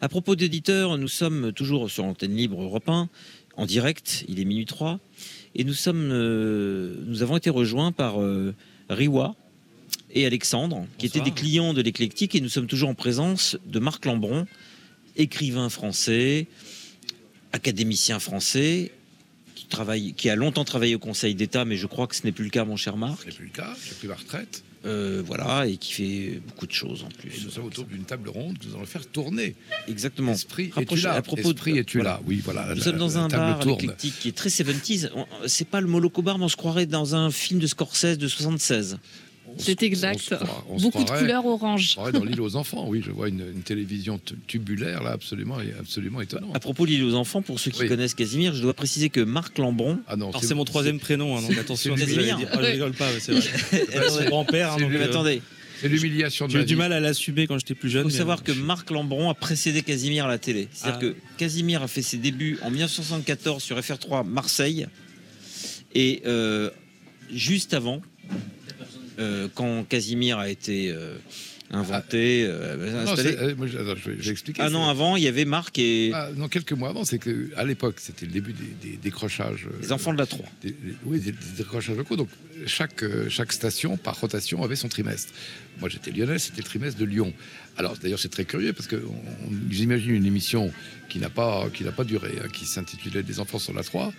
À propos d'éditeurs, nous sommes toujours sur Antenne Libre Europe 1, en direct, il est minuit 3, et nous, sommes, euh, nous avons été rejoints par euh, Riwa et Alexandre, qui étaient Bonsoir. des clients de l'éclectique, et nous sommes toujours en présence de Marc Lambron, écrivain français, académicien français, qui, travaille, qui a longtemps travaillé au Conseil d'État, mais je crois que ce n'est plus le cas, mon cher Marc. Ce n'est plus le cas, j'ai pris ma retraite. Euh, voilà, et qui fait beaucoup de choses en plus. Et nous sommes autour d'une table ronde que nous allons faire tourner. Exactement. Esprit, es-tu Rapproche- là à propos de- Esprit, es-tu voilà. là Oui, voilà. Nous la- sommes dans Euh, la un table bar tourne. éclectique qui est très 70s. On- C'est pas le Moloko Bar, mais on se croirait dans un film de Scorsese de 76. On se- C'est exact. on se croirait- on se Beaucoup de croirait- couleurs on se orange. croirait dans l'île aux enfants, oui, je vois une, une télévision tu- tubulaire là, absolument, absolument étonnante. À propos de l'île aux enfants, pour ceux qui Oui. connaissent Casimir, je dois préciser que Marc Lambron, Ah non, Alors c'est mon troisième prénom, hein, donc attention. c'est à ce que lui. j'allais dire. Ah, je rigole pas, ouais, c'est vrai. Elle C'est mon grand-père. hein, c'est donc, lui. Mais euh, attendez, C'est l'humiliation de J'ai ma eu du vie. mal à l'assumer quand j'étais plus jeune. il faut mais savoir bon. que Marc Lambron a précédé Casimir à la télé. Ah. C'est-à-dire que Casimir a fait ses débuts en 1974 sur FR3 Marseille. Et euh, juste avant, euh, quand Casimir a été euh, inventé, euh, Ah. Non, installé, c'est- euh, moi, je- attends, je vais, je vais Ah expliquer. un C'est- an avant, il y avait Marc et Ah, non, quelques mois avant, c'est que à l'époque, c'était le début des, des décrochages. euh, les enfants de la Troie. des- des- oui, des, des décrochages locaux. Donc, chaque, euh, chaque station, par rotation, avait son trimestre. Moi, j'étais lyonnais, c'était le trimestre de Lyon. Alors, d'ailleurs, c'est très curieux parce que on- on- j'imagine une émission qui n'a pas, qui n'a pas duré, hein, qui s'intitulait Des enfants sur la 3.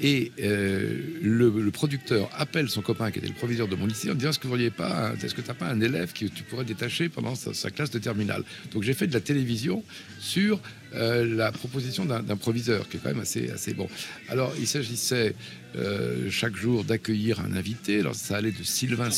Et euh, le, le producteur appelle son copain qui était le proviseur de mon lycée en disant Est-ce que vous auriez pas, un- est-ce que t'as pas un élève que tu pourrais détacher pendant sa, sa classe de terminale Donc, j'ai fait de la télévision sur euh, la proposition d'un d'un proviseur qui est quand même assez, assez bon. Alors, il s'agissait euh, chaque jour d'accueillir un invité. Alors, ça allait de Sylvain.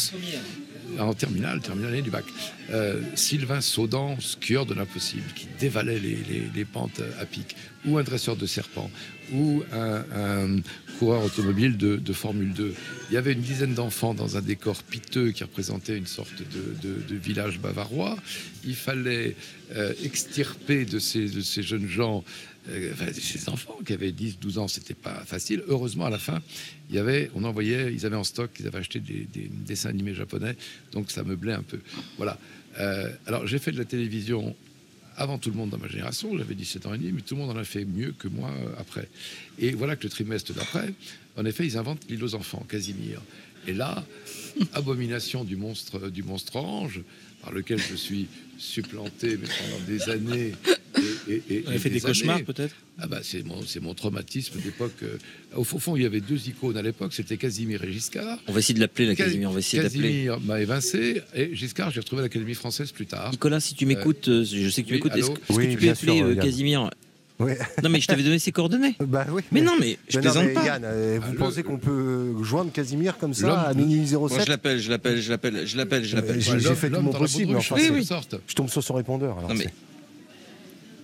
Ah, En terminale, terminale année du bac. Euh, Sylvain Saudan, skieur de l'impossible, qui dévalait les, les- les pentes à pic, ou un dresseur de serpents, ou un, un coureur automobile de, de Formule 2. Il y avait une dizaine d'enfants dans un décor piteux qui représentait une sorte de, de- de village bavarois. Il fallait euh, extirper de ces, de ces jeunes gens, euh, enfin, de ces enfants qui avaient 10, 12 ans, c'était pas facile. Heureusement, à la fin, il y avait, on envoyait, ils avaient en stock, ils avaient acheté des, des dessins animés japonais, donc ça meublait un peu. Voilà. Euh, alors, j'ai fait de la télévision avant tout le monde dans ma génération, j'avais 17 ans et demi, mais tout le monde en a fait mieux que moi euh, après. Et voilà que le trimestre d'après, en effet, ils inventent l'île aux enfants, Casimir. Et là, abomination du monstre, euh, du monstre orange, par lequel je suis supplanté mais pendant des années. Et, et- et- On et a fait des années. cauchemars peut-être. Ah bah, c'est mon, c'est mon traumatisme d'époque. euh. Au fond, au fond, il y avait deux icônes à l'époque, c'était Casimir et Giscard. On va essayer de l'appeler, la Cas- Casimir. On va essayer d'appeler. Casimir m'a évincé et Giscard, j'ai retrouvé l'Académie française plus tard. Nicolas, si tu m'écoutes, euh, je sais que tu oui, m'écoutes. allô Est-ce que, est-ce que Oui, tu peux bien appeler sûr, euh, Yann. Casimir Ouais. Non, mais je t'avais donné ses coordonnées. Bah oui. Mais non, mais je Mais non, plaisante mais pas. Yann, euh, vous Le- pensez qu'on peut joindre Casimir comme L'homme- ça à minuit Moi, 07 je l'appelle, je l'appelle, je l'appelle, je l'appelle, je l'appelle. Euh, Ouais, j'ai- l'homme- fait tout l'homme mon dans la possible, baudruche, enfin, de c'est- toute sorte. Je tombe sur son répondeur. alors Non, mais- c'est-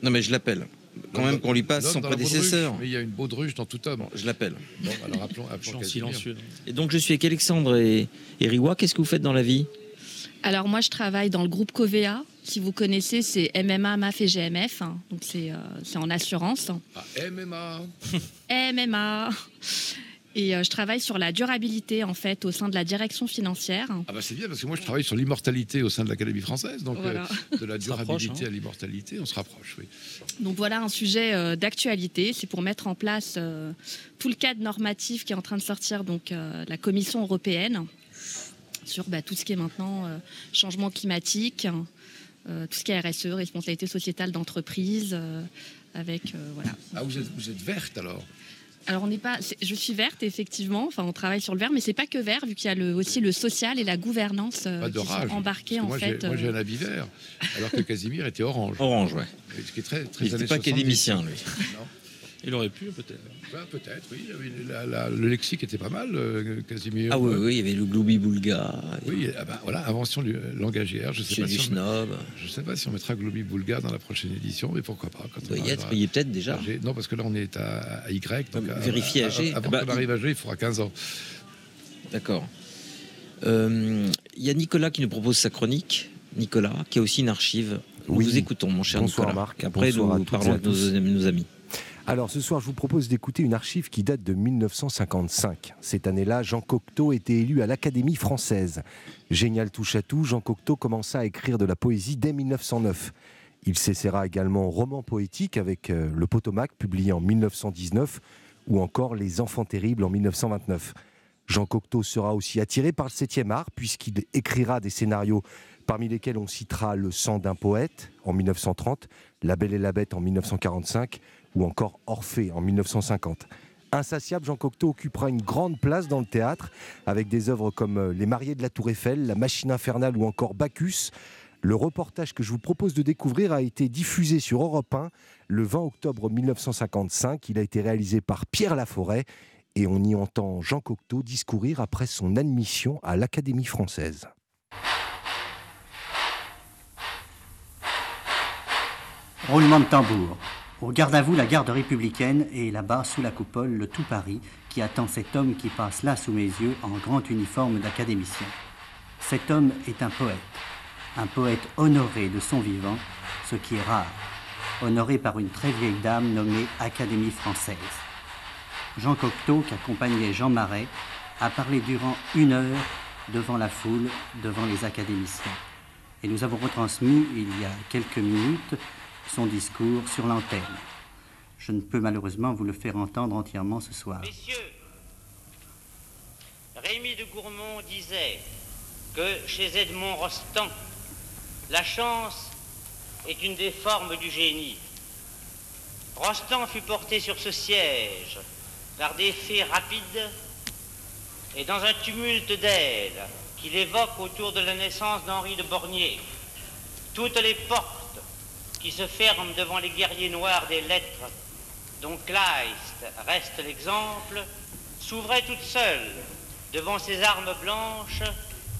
Non, mais je l'appelle. Quand même qu'on lui passe L'homme son dans la prédécesseur. baudruche, Mais il y a une baudruche dans tout homme. Bon, je l'appelle. Bon, alors appelons, Je suis appelons en Casimir. silencieux. Et donc, je suis avec Alexandre et, et Riwa. Qu'est-ce que vous faites dans la vie Alors moi, je travaille dans le groupe Covea. Si vous connaissez, c'est MMA, MAF et GMF. hein. Donc c'est euh, c'est en assurance. hein. Ah, MMA. MMA. Et euh, je travaille sur la durabilité, en fait, au sein de la direction financière. Ah bah c'est bien parce que moi je travaille sur l'immortalité au sein de l'Académie française, donc Voilà. euh, de la se rapproche, durabilité hein. à l'immortalité, on se rapproche. Oui. Donc voilà un sujet euh, d'actualité. C'est pour mettre en place euh, tout le cadre normatif qui est en train de sortir, donc euh, la Commission européenne, sur bah, tout ce qui est maintenant euh, changement climatique, euh, tout ce qui est RSE, responsabilité sociétale d'entreprise. euh, avec euh, voilà. Ah vous êtes, vous êtes verte alors. Euh, Alors on n'est pas. c'est- Je suis verte effectivement. Enfin, on travaille sur le vert, mais c'est pas que vert vu qu'il y a le, aussi le social et la gouvernance euh, Pas de qui rage, sont embarqués Parce que en moi fait. j'ai moi, j'ai euh, un habit vert, alors que Casimir était orange, Orange, ouais. ce qui est très Il très n'était années pas 70. académicien, lui. Non. Il aurait pu peut-être. Bah, peut-être oui. oui, la- la- le lexique était pas mal, euh, Casimir. Ah oui, oui, il y avait le Glooby Boulga. Oui, ah bah, voilà, invention du- langagière. Je Monsieur sais pas du si on, Snob. Je sais pas si on mettra Globi Bulga dans la prochaine édition, mais pourquoi pas. Quand Il on doit y arrivera être, il y est peut-être déjà. à G. Non, parce que là, on est à, à Y. Donc Non, à- vérifier à G. à- Avant Ah bah, qu'on arrive à G, il faudra 15 ans. D'accord. Euh, Il y a Nicolas qui nous propose sa chronique. Nicolas, qui a aussi une archive. Nous Oui. vous écoutons, mon cher Bonsoir, Nicolas. Marc. Et après, Bonsoir à nous toutes parlons et à avec nos, tous. nos amis. Alors ce soir, je vous propose d'écouter une archive qui date de 1955. Cette année-là, Jean Cocteau était élu à l'Académie française. Génial touche à tout, Jean Cocteau commença à écrire de la poésie dès 1909. Il s'essaiera également au roman poétique avec euh, Le Potomac, publié en 1919, ou encore Les Enfants Terribles en 1929. Jean Cocteau sera aussi attiré par le 7e art, puisqu'il écrira des scénarios parmi lesquels on citera Le sang d'un poète en 1930, La Belle et la Bête en 1945, ou encore Orphée en 1950. Insatiable, Jean Cocteau occupera une grande place dans le théâtre, avec des œuvres comme euh, Les Mariés de la Tour Eiffel, La Machine Infernale ou encore Bacchus. Le reportage que je vous propose de découvrir a été diffusé sur Europe 1 le 20 octobre 1955. Il a été réalisé par Pierre Laforêt et on y entend Jean Cocteau discourir après son admission à l'Académie française. Roulement de tambour. Au garde à vous, la garde républicaine, et là-bas, sous la coupole, le tout Paris, qui attend cet homme qui passe là sous mes yeux en grand uniforme d'académicien. Cet homme est un poète. Un poète honoré de son vivant, ce qui est rare. Honoré par une très vieille dame nommée Académie française. Jean Cocteau, qu'accompagnait Jean Marais, a parlé durant une heure devant la foule, devant les académiciens. Et nous avons retransmis, il y a quelques minutes, son discours sur l'antenne. Je ne peux malheureusement vous le faire entendre entièrement ce soir. Messieurs, Rémy de Gourmont disait que chez Edmond Rostand, la chance est une des formes du génie. Rostand fut porté sur ce siège par des faits rapides et dans un tumulte d'ailes qu'il évoque autour de la naissance d'Henri de Bornier. Toutes les portes qui se ferment devant les guerriers noirs des lettres, dont Kleist reste l'exemple, s'ouvraient toutes seules devant ses armes blanches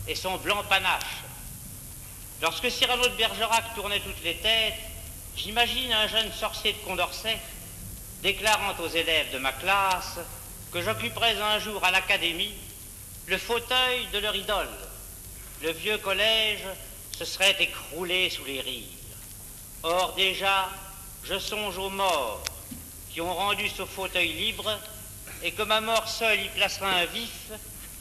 et son blanc panache. Lorsque Cyrano de Bergerac tournait toutes les têtes, j'imagine un jeune sorcier de Condorcet déclarant aux élèves de ma classe que j'occuperais un jour à l'académie le fauteuil de leur idole. Le vieux collège se serait écroulé sous les rires. Or déjà, je songe aux morts qui ont rendu ce fauteuil libre et que ma mort seule y placera un vif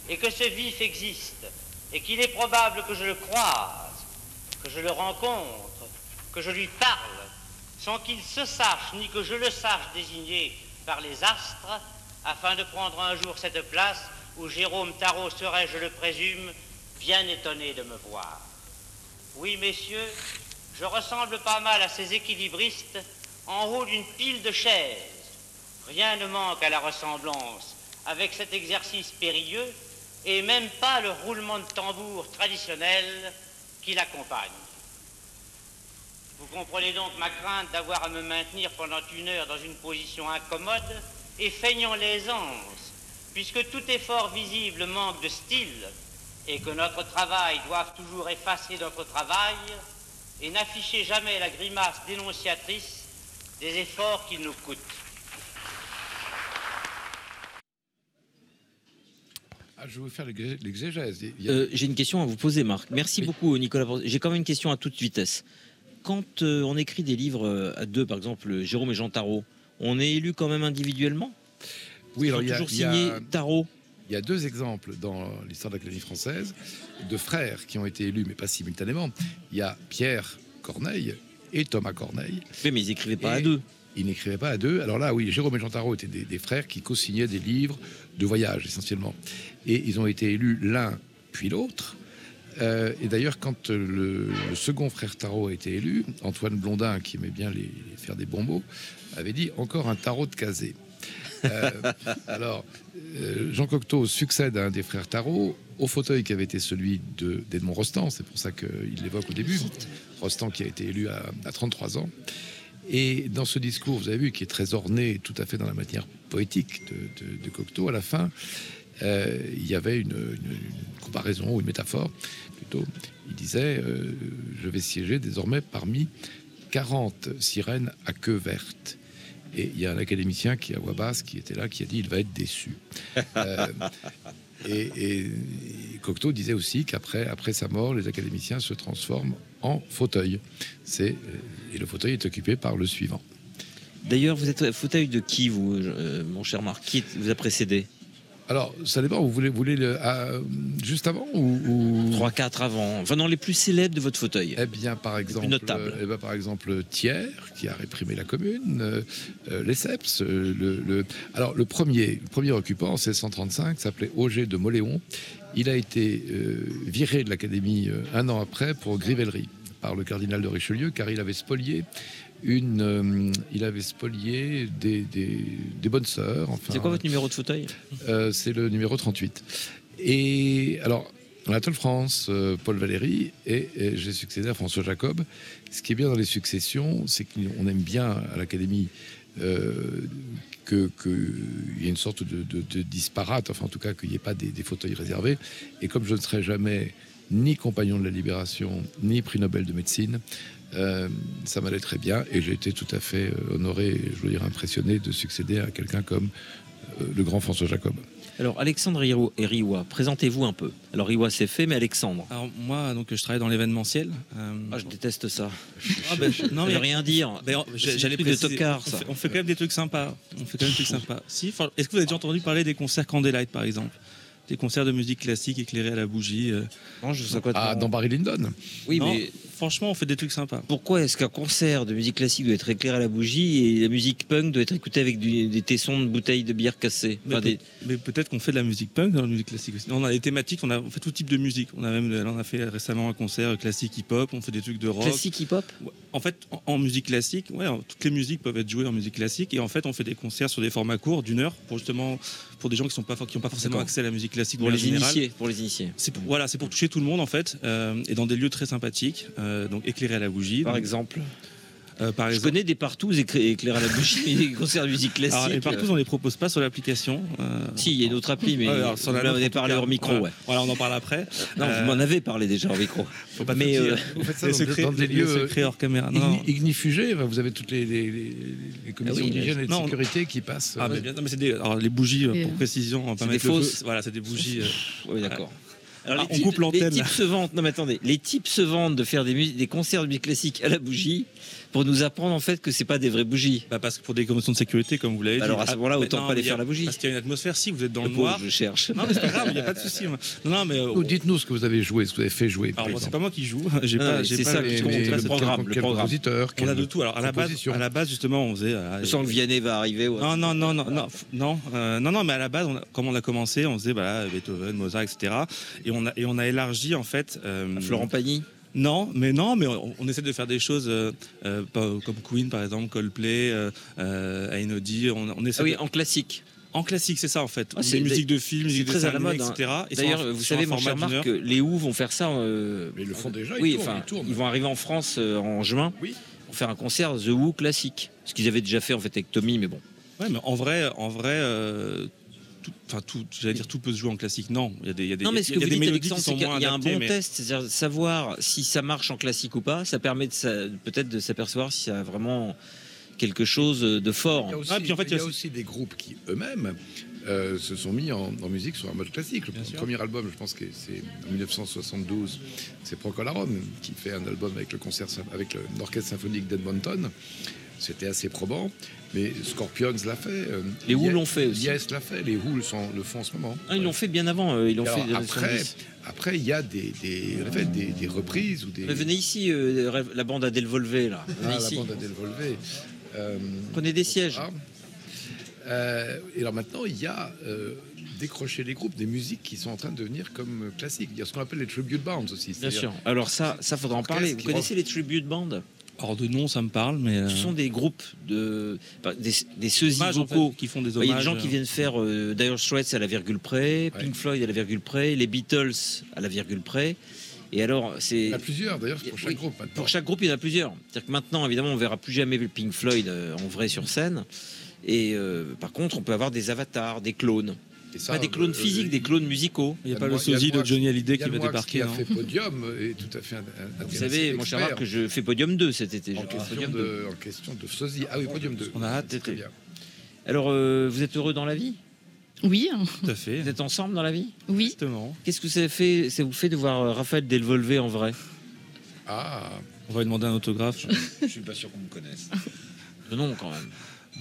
et que ce vif existe et qu'il est probable que je le croise, que je le rencontre, que je lui parle, sans qu'il se sache ni que je le sache désigné par les astres, afin de prendre un jour cette place où Jérôme Tarot serait, je le présume, bien étonné de me voir. Oui, messieurs, je ressemble pas mal à ces équilibristes en haut d'une pile de chaises. Rien ne manque à la ressemblance avec cet exercice périlleux et même pas le roulement de tambour traditionnel qui l'accompagne. Vous comprenez donc ma crainte d'avoir à me maintenir pendant une heure dans une position incommode et feignant l'aisance, puisque tout effort visible manque de style et que notre travail doit toujours effacer notre travail et n'afficher jamais la grimace dénonciatrice des efforts qu'il nous coûte. Ah, je vais vous faire l'exé- l'exégèse. Il y a- Euh, J'ai une question à vous poser, Marc. Merci Oui. beaucoup, Nicolas. Porte- J'ai quand même une question à toute vitesse. Quand euh, on écrit des livres euh, à deux, par exemple Jérôme et Jean Tarot, on est élu quand même individuellement oui, alors Ils il sont y a- toujours il y a- signé Tarot. Il y a deux exemples dans l'histoire de l'Académie française de frères qui ont été élus, mais pas simultanément. Il y a Pierre Corneille et Thomas Corneille. Oui, mais ils écrivaient pas Et- à deux. Ils n'écrivaient pas à deux. Alors là, oui, Jérôme et Jean Tarot étaient des, des frères qui co-signaient des livres de voyage essentiellement. Et ils ont été élus l'un puis l'autre. Euh, et d'ailleurs, quand euh, le, le second frère Tarot a été élu, Antoine Blondin, qui aimait bien les, les faire des bons mots, avait dit encore un tarot de casé. Euh, alors, euh, Jean Cocteau succède à un des frères Tarot au fauteuil qui avait été celui de- d'Edmond Rostand. C'est pour ça qu'il l'évoque au début. Rostand qui a été élu à, à 33 ans. Et dans ce discours, vous avez vu, qui est très orné, tout à fait dans la matière poétique de, de- de Cocteau, à la fin, euh, il y avait une, une- une comparaison ou une métaphore, plutôt. Il disait euh, Je vais siéger désormais parmi 40 sirènes à queue verte. Et il y a un académicien qui, à voix basse, qui était là, qui a dit Il va être déçu. Euh, et, et- et Cocteau disait aussi qu'après après sa mort, les académiciens se transforment en fauteuil. C'est, euh, et le fauteuil est occupé par le suivant. D'ailleurs, vous êtes au fauteuil de qui, vous, euh, mon cher Marc Qui est- vous a précédé Alors, ça dépend, vous voulez, vous voulez le, ah, juste avant ou, ou- 3-4 avant. Enfin, dans les plus célèbres de votre fauteuil. Eh bien, par exemple, notables. euh, eh bien, par exemple, Thiers, qui a réprimé la commune, euh, euh, les Ceps. euh, le, le- Alors, le premier, le premier occupant, en 1635, s'appelait Auger de Moléon. Il a été euh, viré de l'Académie euh, un an après pour grivellerie par le cardinal de Richelieu, car il avait spolié une, euh, il avait spolié des, des- des bonnes sœurs. Enfin, C'est quoi votre numéro de fauteuil euh, c'est le numéro 38. Et alors, Anatole France, euh, Paul Valéry, et, et j'ai succédé à François Jacob. Ce qui est bien dans les successions, c'est qu'on aime bien à l'Académie euh, que- que il y ait une sorte de, de- de disparate, enfin en tout cas qu'il n'y ait pas des, des fauteuils réservés. Et comme je ne serai jamais ni compagnon de la Libération, ni prix Nobel de médecine, euh, ça m'allait très bien et j'ai été tout à fait euh, honoré, et, je veux dire impressionné de succéder à quelqu'un comme euh, le grand François Jacob. Alors, Alexandre Hiro- et Riwa, présentez-vous un peu. Alors, Riwa, c'est fait, mais Alexandre. Alors moi, donc je travaille dans l'événementiel. euh, Ah, je déteste ça. ah, ben, non Non, mais mais rien dire. Ben, on- C'est des J'allais trucs de préciser. tocard, On ça. fait, on fait quand même des trucs sympas. On fait quand même des trucs sympas. Si, enfin, est-ce que vous avez déjà entendu parler des concerts Candlelight, par exemple Des concerts de musique classique éclairés à la bougie. euh. Non, je sais quoi de- Ah, dans Barry Lyndon Oui, Non, mais Franchement, on fait des trucs sympas. pourquoi est-ce qu'un concert de musique classique doit être éclairé à la bougie et la musique punk doit être écoutée avec du- des tessons de bouteilles de bière cassées Mais, Enfin, des- peut- mais peut-être qu'on fait de la musique punk dans la musique classique aussi. On a des thématiques, on a, on fait tout type de musique. On a même, là, on a fait récemment un concert classique hip-hop, on fait des trucs de rock. Classique hip-hop Ouais. En fait, en, en musique classique, ouais, en- toutes les musiques peuvent être jouées en musique classique. Et en fait, on fait des concerts sur des formats courts d'une heure pour justement pour des gens qui sont pas for- qui n'ont pas forcément D'accord. accès à la musique classique Pour de les manière générale. initiés. Pour les initiés. C'est pour, voilà, c'est pour toucher tout le monde en fait, euh, et dans des lieux très sympathiques, euh, donc éclairés à la bougie. Par Donc, exemple. euh, par Je exemple. connais des partous éclairés à la bougie, mais des concerts de musique classique. Alors, et partout, euh, on Ah, les propose pas sur l'application. euh, Si, il y a d'autres applis, mais Ouais, alors, sur la là, on nôtre, est en tout parlé cas. hors micro. Voilà. Ouais. Voilà, on en parle après. Non, Euh, vous m'en avez parlé déjà hors micro. faut pas mais, mentir. euh, Vous faites ça les dans, des- secrets, dans des les lieux secrets hors caméra. Ah, Non, non. igni- ignifugés. Enfin, Vous avez toutes les, les- les- les commissions Ah oui, d'hygiène et de non, on- sécurité qui passent. euh, Ah, mais bien- non, mais c'est des, alors, les bougies, euh, Et, pour euh, précision, on va c'est pas des mettre le fausses. feu. Voilà, c'est des bougies. euh, Oui, d'accord. Alors, Ah, les on types- coupe l'antenne, Les types là. se vantent. Non, mais attendez. Les types se vantent de faire des, mus- des concerts de musique classique à la bougie pour nous apprendre en fait que c'est pas des vraies bougies. bah, parce que pour des conditions de sécurité, comme vous l'avez Bah, dit. alors, à ce moment-là, mais autant non, pas les il y a- faire à la bougie. Parce qu'il y a une atmosphère, si vous êtes dans le, pauvre, noir. je cherche. Non, mais c'est pas grave, il n'y a pas de souci. moi. Non, non, mais. euh, Ou Dites-nous ce que vous avez joué, ce que vous avez fait jouer. par alors, bon, c'est exemple. pas moi qui joue. J'ai Non, pas, mais j'ai c'est pas ça le qui Mais- compte, contrôle, mais là, c'est le pas- programme, quel- le quel programme. compositeur, On a quelle de tout. Alors à la base, composition. à la base justement, on faisait. euh, Je sens que Vianney va arriver. ouais. non, non, non, non, non, f- non, euh, non, non, mais à la base, on a- comme on a commencé, on faisait bah, Beethoven, Mozart, etc. Et on a, et on a élargi en fait. euh, Florent Pagny. Non, mais non, mais on, on essaie de faire des choses euh, euh, pas- comme Queen par exemple, Coldplay, euh, euh, Ainodi. On, on essaie. Ah oui, de- en classique. en... classique, c'est ça en fait. Ah, c'est- des musiques de films, musique de très à la dessins mode, hein. animés, etc. Et D'ailleurs, sur un- vous sur un savez, mon format cher d'une Marc, heure. que les OU vont faire ça. euh, Mais ils le font déjà, ils Oui, tournent, enfin, ils tournent. ils vont arriver en France euh, en juin Oui. pour faire un concert The Who classique. Ce qu'ils avaient déjà fait en fait avec Tommy, mais bon. Ouais, mais en vrai, en vrai. euh, tout- Enfin, tout, j'allais dire, tout peut se jouer en classique. Non, il y a des, il y a des, Non, mais ce il que y a vous des dites, mélodies Alexandre, qui c'est sont qu'il moins y a un adaptées. bon mais- test, c'est-à-dire de savoir si ça marche en classique ou pas. Ça permet de sa- peut-être de s'apercevoir si ça a vraiment quelque chose de fort. Il y a aussi, Ah, puis en fait, il y a aussi des groupes qui eux-mêmes euh, se sont mis en, en musique sur un mode classique. Le Bien sûr. premier album, je pense que c'est en 1972, c'est Procol Harum qui fait un album avec le concert sym- avec le- l'orchestre symphonique d'Edmonton. C'était assez probant, mais Scorpions l'a fait. euh, Les Who Yes- l'ont fait aussi. Yes l'a fait, les Who le, sont- le font en ce moment. Ah, ils l'ont fait bien avant. euh, ils l'ont Alors, fait dans les après, 70. après, il y a des, des, en fait, des- des reprises ou des. Mais venez ici, euh, rêve- la bande à Delvolvé là. Ah, Venez la ici. bande à Del Volvé. Euh, Prenez des sièges. Ah. Euh, et alors maintenant, il y a euh, décroché des groupes, des musiques qui sont en train de devenir comme euh, classiques. Il y a ce qu'on appelle les tribute bands aussi. Bien c'est-à-dire- sûr. Alors ça, ça faudra en Orchestre parler. Vous qui connaissez les tribute bands Hors de nom, ça me parle, mais. euh, Ce sont des groupes de bah, des, des sosies hommages, en fait, vocaux. qui font des Bah, hommages. Il y a des gens qui viennent faire euh, Dire Straits à la virgule près, hein. Ouais. Pink Floyd à la virgule près, les Beatles à la virgule près. Et alors, c'est Il y en a plusieurs d'ailleurs pour chaque Oui, groupe. maintenant. pour chaque groupe, il y en a plusieurs. C'est-à-dire que maintenant, évidemment, on verra plus jamais le Pink Floyd euh, en vrai sur scène. Et euh, par contre, on peut avoir des avatars, des clones. Et ça, Pas des clones euh, physiques, des clones musicaux. Il n'y a Yann pas le Moix- sosie Yann de Moix- Johnny Hallyday qui Yann va Moix, qui débarquer. a non fait podium et tout à fait. un- un- Vous intéressant, savez, mon cher Marc, expert que je fais podium 2 cet été. Je En fais question, podium de, 2. en question de sosie. Ah oui, podium 2. On a hâte, Très bien. Alors, euh, vous êtes heureux dans la vie Oui, hein. Tout à fait. Vous êtes ensemble dans la vie oui. Exactement. Qu'est-ce que ça, fait, ça vous fait de voir euh, Raphaël Delvolvé en vrai Ah, On va lui demander un autographe. Je suis pas sûr qu'on me connaisse. Non, quand même.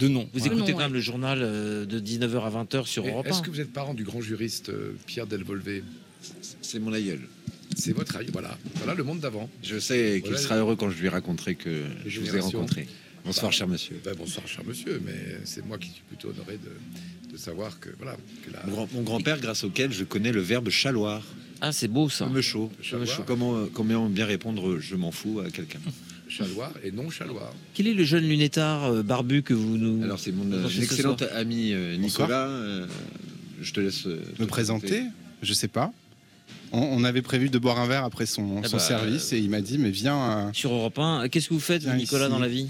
De nom. Vous voilà. écoutez Non, quand même le journal euh, de 19h à 20h sur Et Europe 1. Est-ce que vous êtes parent du grand juriste euh, Pierre Delvolvé C'est mon aïeul. C'est votre avis. Voilà. voilà le monde d'avant. Je sais qu'il Voilà. sera heureux quand je lui raconterai que Les je vous hein. ai générations. rencontré. Bonsoir, Bah. cher monsieur. Ben, bonsoir, cher monsieur, mais c'est moi qui suis plutôt honoré de, de savoir que voilà que la, Mon grand- Mon grand-père, grâce auquel je connais le verbe chaloir. Ah, c'est beau ça. Je me chaud. Je me Chaloir. chaud. Comment, euh, comment bien répondre euh, je m'en fous à quelqu'un Chaloir et non Chaloir. Quel est le jeune lunettard euh, barbu que vous nous. Alors, c'est mon euh, Bonsoir, ce excellent ami euh, Bonsoir. Nicolas. euh, je te laisse euh, te me présenter, je sais pas. On, on avait prévu de boire un verre après son, Ah son bah, service et il m'a dit mais viens, euh, sur Europe 1, qu'est-ce que vous faites, vous, Ah, Viens Nicolas, ici. dans la vie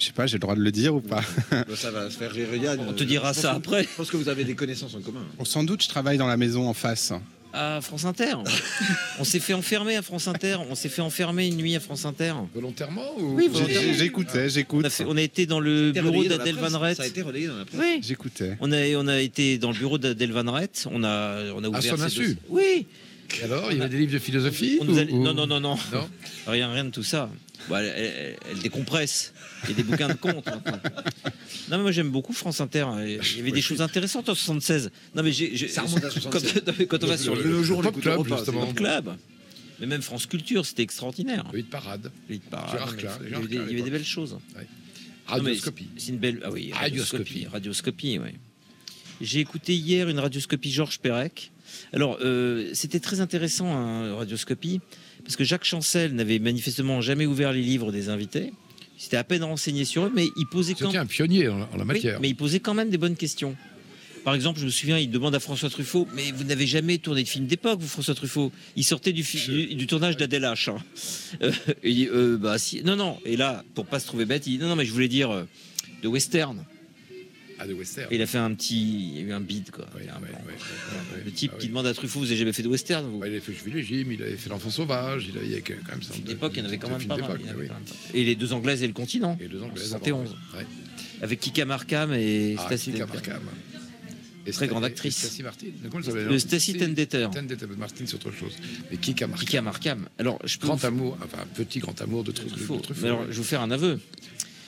je sais pas, j'ai le droit de le dire ou pas. Bah, ça va faire rire Yann. On te dira Je pense ça que- après. Je pense que vous avez des connaissances en commun. Bon, sans doute, je travaille dans la maison en face. À France Inter. on s'est fait enfermer à France Inter. On s'est fait enfermer une nuit à France Inter. Volontairement ou Oui, J'ai- volontairement. j'ai- J'écoutais, On a, j'écoute. fait- on a été dans le bureau Relayé dans la d'Adèle presse. Van Ça a Rett. été relayé dans la presse. Oui. J'écoutais. On a, on a été dans le bureau d'Adèle Van Rett. On a, on a ouvert. son ses insu. dossiers. Oui. Et Alors, il y avait des livres de philosophie On nous ou- a- ou- Non, non, non, non. Non. Rien, rien de tout ça. Bon, elle, elle- elle décompresse. Il y a des bouquins de comptes. maintenant. Non, mais moi j'aime beaucoup France Inter. hein. Il y avait des choses intéressantes en 76. Non, mais j'ai. j'ai- Ça remonte à 76. Quand, non, mais quand on va sur Le, le jour, on Pop l'écoute Club, au repas, justement. c'est- club, mais même France Culture, c'était extraordinaire. Oui, de parade. Il par- Gérard non, mais hein. Klein, il y Gérard avait des- Klein, il y avait des belles choses. hein. Radioscopie. Non, mais C'est c'est une belle. Ah oui, radioscopie. Radioscopie. Radioscopie, oui. J'ai écouté hier une radioscopie Georges Perec. Alors, euh, c'était très intéressant, hein, radioscopie, parce que Jacques Chancel n'avait manifestement jamais ouvert les livres des invités. Il s'était à peine renseigné sur eux, mais il posait quand C'était un pionnier en, en la oui, matière. mais il posait quand même des bonnes questions. Par exemple, je me souviens, il demande à François Truffaut Mais vous n'avez jamais tourné de film d'époque, vous, François Truffaut Il sortait du, fi- du, du tournage d'Adèle H. hein. Euh, et il dit Euh, Bah, si. Non, non. Et là, pour pas se trouver bête, il dit Non, non, mais je voulais dire euh, de western. Ah, de Western. Et il a fait un petit. Il y a eu un bide, quoi. Oui, Il y a un oui, blanc. oui, oui, oui, Le type ah qui oui. demande à Truffaut Vous n'avez jamais fait de western, vous Bah, il avait fait Je le gym, il avait fait l'enfant sauvage, il avait, il y avait quand même ça. Film d'époque, il y en avait quand même pas mal. il y en avait oui. quand même pas. Et les deux Anglaises et le continent, Et deux anglais. 71. Ouais. avec Kika Markham et Ah, Stacy Kika Dendetter. Markham. Et Très grande Sta- actrice. et Stacy Martin. Comment elle s'appelle Le Stacy Tendetter. Tendetter. Martin, c'est autre chose. Mais Kika Markham. Kika Markham. Alors, je peux vous Grand amour, enfin un petit grand amour de Truffaut. Truffaut. de Truffaut, Mais alors, ouais. je vais vous faire un aveu.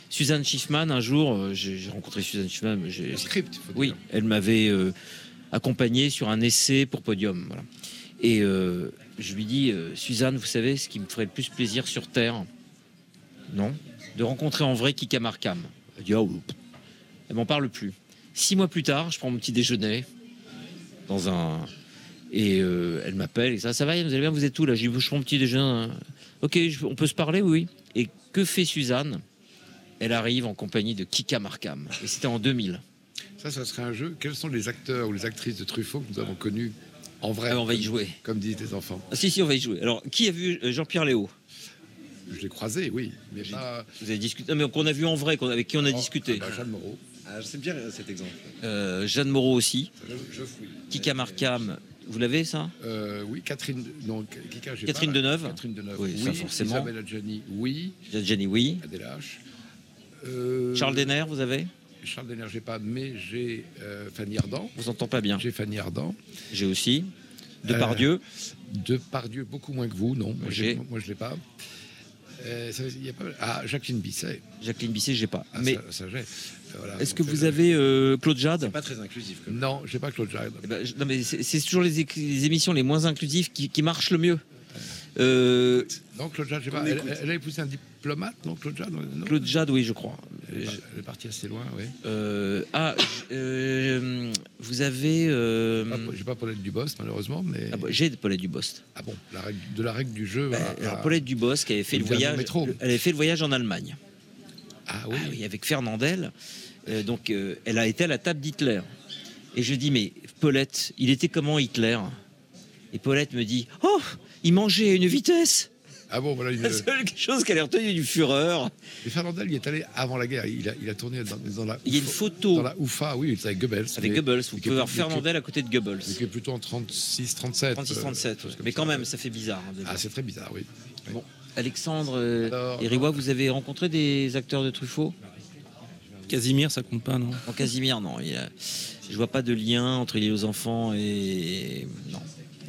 Suzanne Schiffman, un jour, euh, j'ai j'ai rencontré Suzanne Schiffman. j'ai- Le script, faut Oui, dire. elle m'avait euh, accompagné sur un essai pour Podium. voilà. Et euh, je lui dis, euh, Suzanne, vous savez ce qui me ferait le plus plaisir sur Terre Non De rencontrer en vrai Kika Markham. Elle dit, Ah oui. Elle m'en parle plus. Six mois plus tard, je prends mon petit déjeuner dans un... Et euh, elle m'appelle et ça, ça va, vous allez bien, vous êtes où là Je dis, je prends mon petit déjeuner. hein. Ok, je- on peut se parler, oui. Et que fait Suzanne Elle arrive en compagnie de Kika Markham. Et c'était en 2000. Ça, ça serait un jeu. Quels sont les acteurs ou les actrices de Truffaut que nous avons connus en vrai Ah, on va y jouer. Comme disent les enfants. Ah, si, si, on va y jouer. Alors, qui a vu euh, Jean-Pierre Léo Je l'ai croisé, oui. Mais pas. Vous avez discuté. Non, mais qu'on a vu en vrai, qu'on- avec qui on a Oh, discuté. ah bah, Jeanne Moreau. Ah, je sais bien euh, cet exemple. Euh, Jeanne Moreau aussi. Je, je fouille. Kika Markham. Vous l'avez, ça Euh, oui, Catherine. Non, Kika, j'ai Catherine pas, Deneuve. Catherine Deneuve. Oui, ça, forcément. Isabelle Adjani, oui. Jenny, oui. Adèle Hache. Euh, Charles Denner, vous avez Charles Denner, j'ai pas, mais j'ai euh, Fanny Ardant. On vous entend pas bien. J'ai Euh, Fanny Ardant. J'ai aussi. Depardieu. Depardieu, beaucoup moins que vous, non. Moi, J'ai. j'ai- moi, je ne l'ai pas. Euh, ça, il y a pas... Ah, Jacqueline Bisset. Jacqueline Bisset, j'ai pas. Ah, mais ça, ça, j'ai. Euh, voilà, est-ce que donc, vous euh, avez euh, Claude Jade Pas très inclusif. Comme Non, j'ai pas Claude Jade. Eh ben, je- non, mais c'est c'est toujours les, éc- les émissions les moins inclusives qui, qui marchent le mieux. Euh, Non, Claude Jade, j'ai pas. Elle, elle a épousé un diplomate, non, Claude Jade non Claude Jade, oui, je crois. Elle, est par- elle est partie assez loin, oui. Euh, ah, j- euh, vous avez. euh, Pas pour- Ah, J'ai pas Paulette Dubost, malheureusement, mais. ah bah, j'ai Paulette Dubost. Euh, Ah bon, la règle, de la règle du jeu. à- Alors à- Paulette Dubost qui avait fait le le dernier voyage, métro. elle avait fait le voyage en Allemagne. Ah Ah oui. oui, avec Fernandel. Euh, donc euh, elle a été à la table d'Hitler. Et je dis mais Paulette, il était comment Hitler Et Paulette me dit oh, il mangeait à une vitesse. Ah bon, voilà. Une... La seule chose qu'elle a retenue du Führer. Mais Fernandel, il est allé avant la guerre. Il a, il a tourné dans, dans la. Il y a une photo Dans la Oufa, oui, il était avec Goebbels. avec mais- Goebbels. Vous mais qui pouvez est- voir mais qui est- Fernandel à côté de Goebbels. mais qui est plutôt en 36, 37. 36, euh, 37. chose comme Mais quand ça. même, ça fait bizarre. hein, de Ah, dire. c'est très bizarre, oui. Oui. Bon, Alexandre euh, Alors, et Riwa, vous avez rencontré des acteurs de Truffaut Casimir, ça compte pas, non En Casimir, non. Il y a- Je vois pas de lien entre les aux enfants et. Non.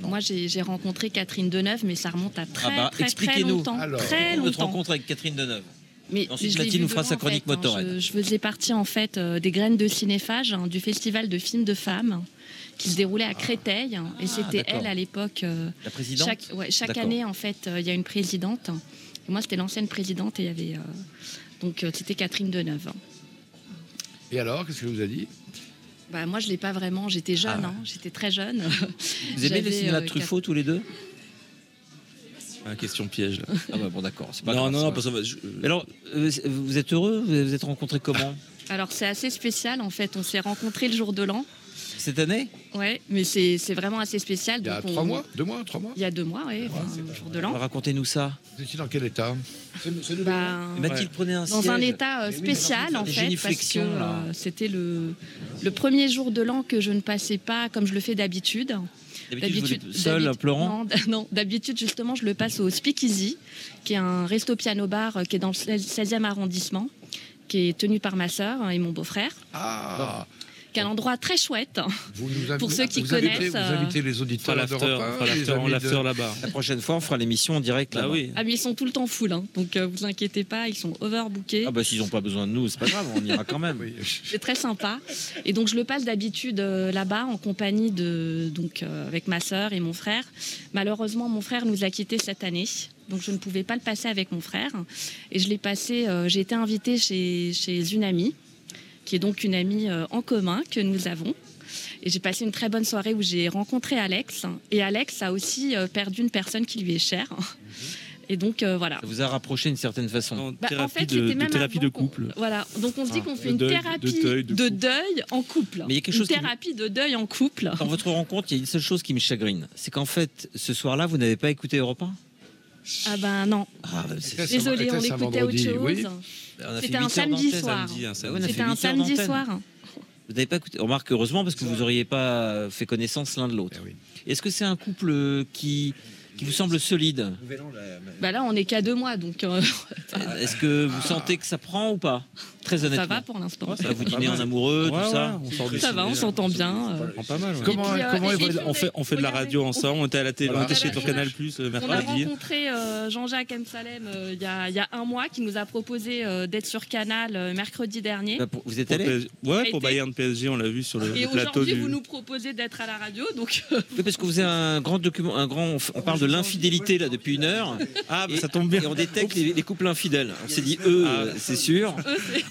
Non. Moi, j'ai j'ai rencontré Catherine Deneuve, mais ça remonte à très, Ah bah, très, très expliquez-nous. longtemps. Alors, très Notre longtemps. rencontre avec Catherine Deneuve. Mais Ensuite, je l'ai Mathilde vu nous fera devant, sa en chronique fait, hein. Motorhead. Je, je faisais partie en fait euh, des graines de cinéphage hein, du festival de films de femmes hein, qui se déroulait à Créteil hein, et Ah, c'était d'accord. elle à l'époque. euh, La présidente chaque ouais, chaque D'accord. année en fait, euh, il y a une présidente. Et moi, c'était l'ancienne présidente et il y avait euh, donc euh, c'était Catherine Deneuve. hein. Et alors, qu'est-ce que vous a dit Bah, moi, je l'ai pas vraiment. J'étais jeune, Ah. hein, j'étais très jeune. Vous aimez les J'avais, cinémas euh, Truffaut tous les deux Ah, question piège là. Ah bah bon d'accord, c'est pas Non, grave, non, non, ça. parce que je- Mais Alors, euh, vous êtes heureux Vous vous êtes rencontrés comment Alors c'est assez spécial en fait. On s'est rencontrés le jour de l'an. Cette année Ouais, mais c'est c'est vraiment assez spécial. Il y a donc on- trois mois Ah, Deux mois Trois mois Il y a deux mois, ouais, enfin, le jour de l'an. Ah, Racontez-nous ça. Vous étiez dans quel état Ben, Et Mathilde prenait un dans siège. un état euh, Mais oui, spécial mais alors, en des fait parce que génuflexions, là. euh, c'était le, le premier jour de l'an que je ne passais pas comme je le fais d'habitude. D'habitude, vous êtes seul, d'habitude- pleurant. Non, d- Non, d'habitude justement je le passe au Speakeasy, qui est un resto piano bar euh, qui est dans le 16e arrondissement, qui est tenu par ma sœur hein, et mon beau-frère, Ah qui est un endroit très chouette. hein, Vous nous invitez, Pour ceux qui vous invitez- connaissent, vous euh, invitez les On fera auditeurs l'after, on d'Europe un, fera les l'after, on amis de- l'after là-bas. La prochaine fois, on fera l'émission en direct Bah là. oui. Ah mais ils sont tout le temps full, hein, donc euh, vous inquiétez pas, ils sont overbookés. Ah bah s'ils n'ont pas besoin de nous, c'est pas grave, on ira quand même. Oui. C'est très sympa. Et donc, je le passe d'habitude euh, là-bas en compagnie de. Donc, euh, avec ma sœur et mon frère. Malheureusement, mon frère nous a quittés cette année. Donc, je ne pouvais pas le passer avec mon frère. Et je l'ai passé. euh, J'ai été invitée chez, chez une amie, qui est donc une amie euh, en commun que nous avons. Et j'ai passé une très bonne soirée où j'ai rencontré Alex. Et Alex a aussi euh, perdu une personne qui lui est chère. Et donc, euh, voilà. Ça vous a rapproché d'une certaine façon. En Bah, thérapie en fait, de, c'était de même thérapie avant de qu'on- couple. Voilà, donc on se dit qu'on fait Ah, de une deuil, de thérapie de deuil, deuil, de couple. en couple. Mais il y a quelque une chose qui- thérapie de deuil en couple. Dans votre rencontre, il y a une seule chose qui me chagrine, c'est qu'en fait, ce soir-là, vous n'avez pas écouté Europe 1 Ah ben non, Ah, bah, c'est- Était-ce un- désolé, on était-ce un écoutait autre vendredi chose. Oui. on a fait C'était un 8 heures samedi d'antenne. soir. Samedi, un Ah ouais, on a samedi. fait C'était huit un heures samedi d'antenne. soir. Vous n'avez pas écouté. Remarque, heureusement, parce que vous n'auriez pas euh, fait connaissance l'un de l'autre. Eh oui. Est-ce que c'est un couple euh, qui, qui vous semble solide Nouvel an, là. mais- Bah là, on est qu'à deux mois, donc euh, Est-ce que vous sentez que ça prend ou pas Très honnêtement. ça va pour l'instant. Ça va, vous dînez Pas en mal. amoureux, Ouais, tout ça ouais, on sort du Ça va, on cinéma. s'entend bien. euh. On prend pas mal. ouais. Et Comment- puis, euh, comment et évolue- puis, on fait, on fait de la regardez, radio on- ensemble, on était à la télé, Voilà. on était chez ton Canal Plus le Ah, On a mercredi. rencontré euh, Jean-Jacques Emsalem euh, il y, a, il y a un mois qui nous a proposé euh, d'être sur Canal euh, mercredi dernier. Bah, pour- Vous êtes Pour allé PSG Ouais, été. pour Bayern PSG, on l'a vu sur le Et le plateau aujourd'hui, du. vous nous proposez d'être à la radio, donc euh, Oui, parce que vous avez un grand document, un grand. On, f- on parle de l'infidélité là depuis une heure. Ah, bah, Et- ça tombe bien. Et on détecte les, les couples infidèles. On s'est dit, eux, Ah. euh, c'est sûr.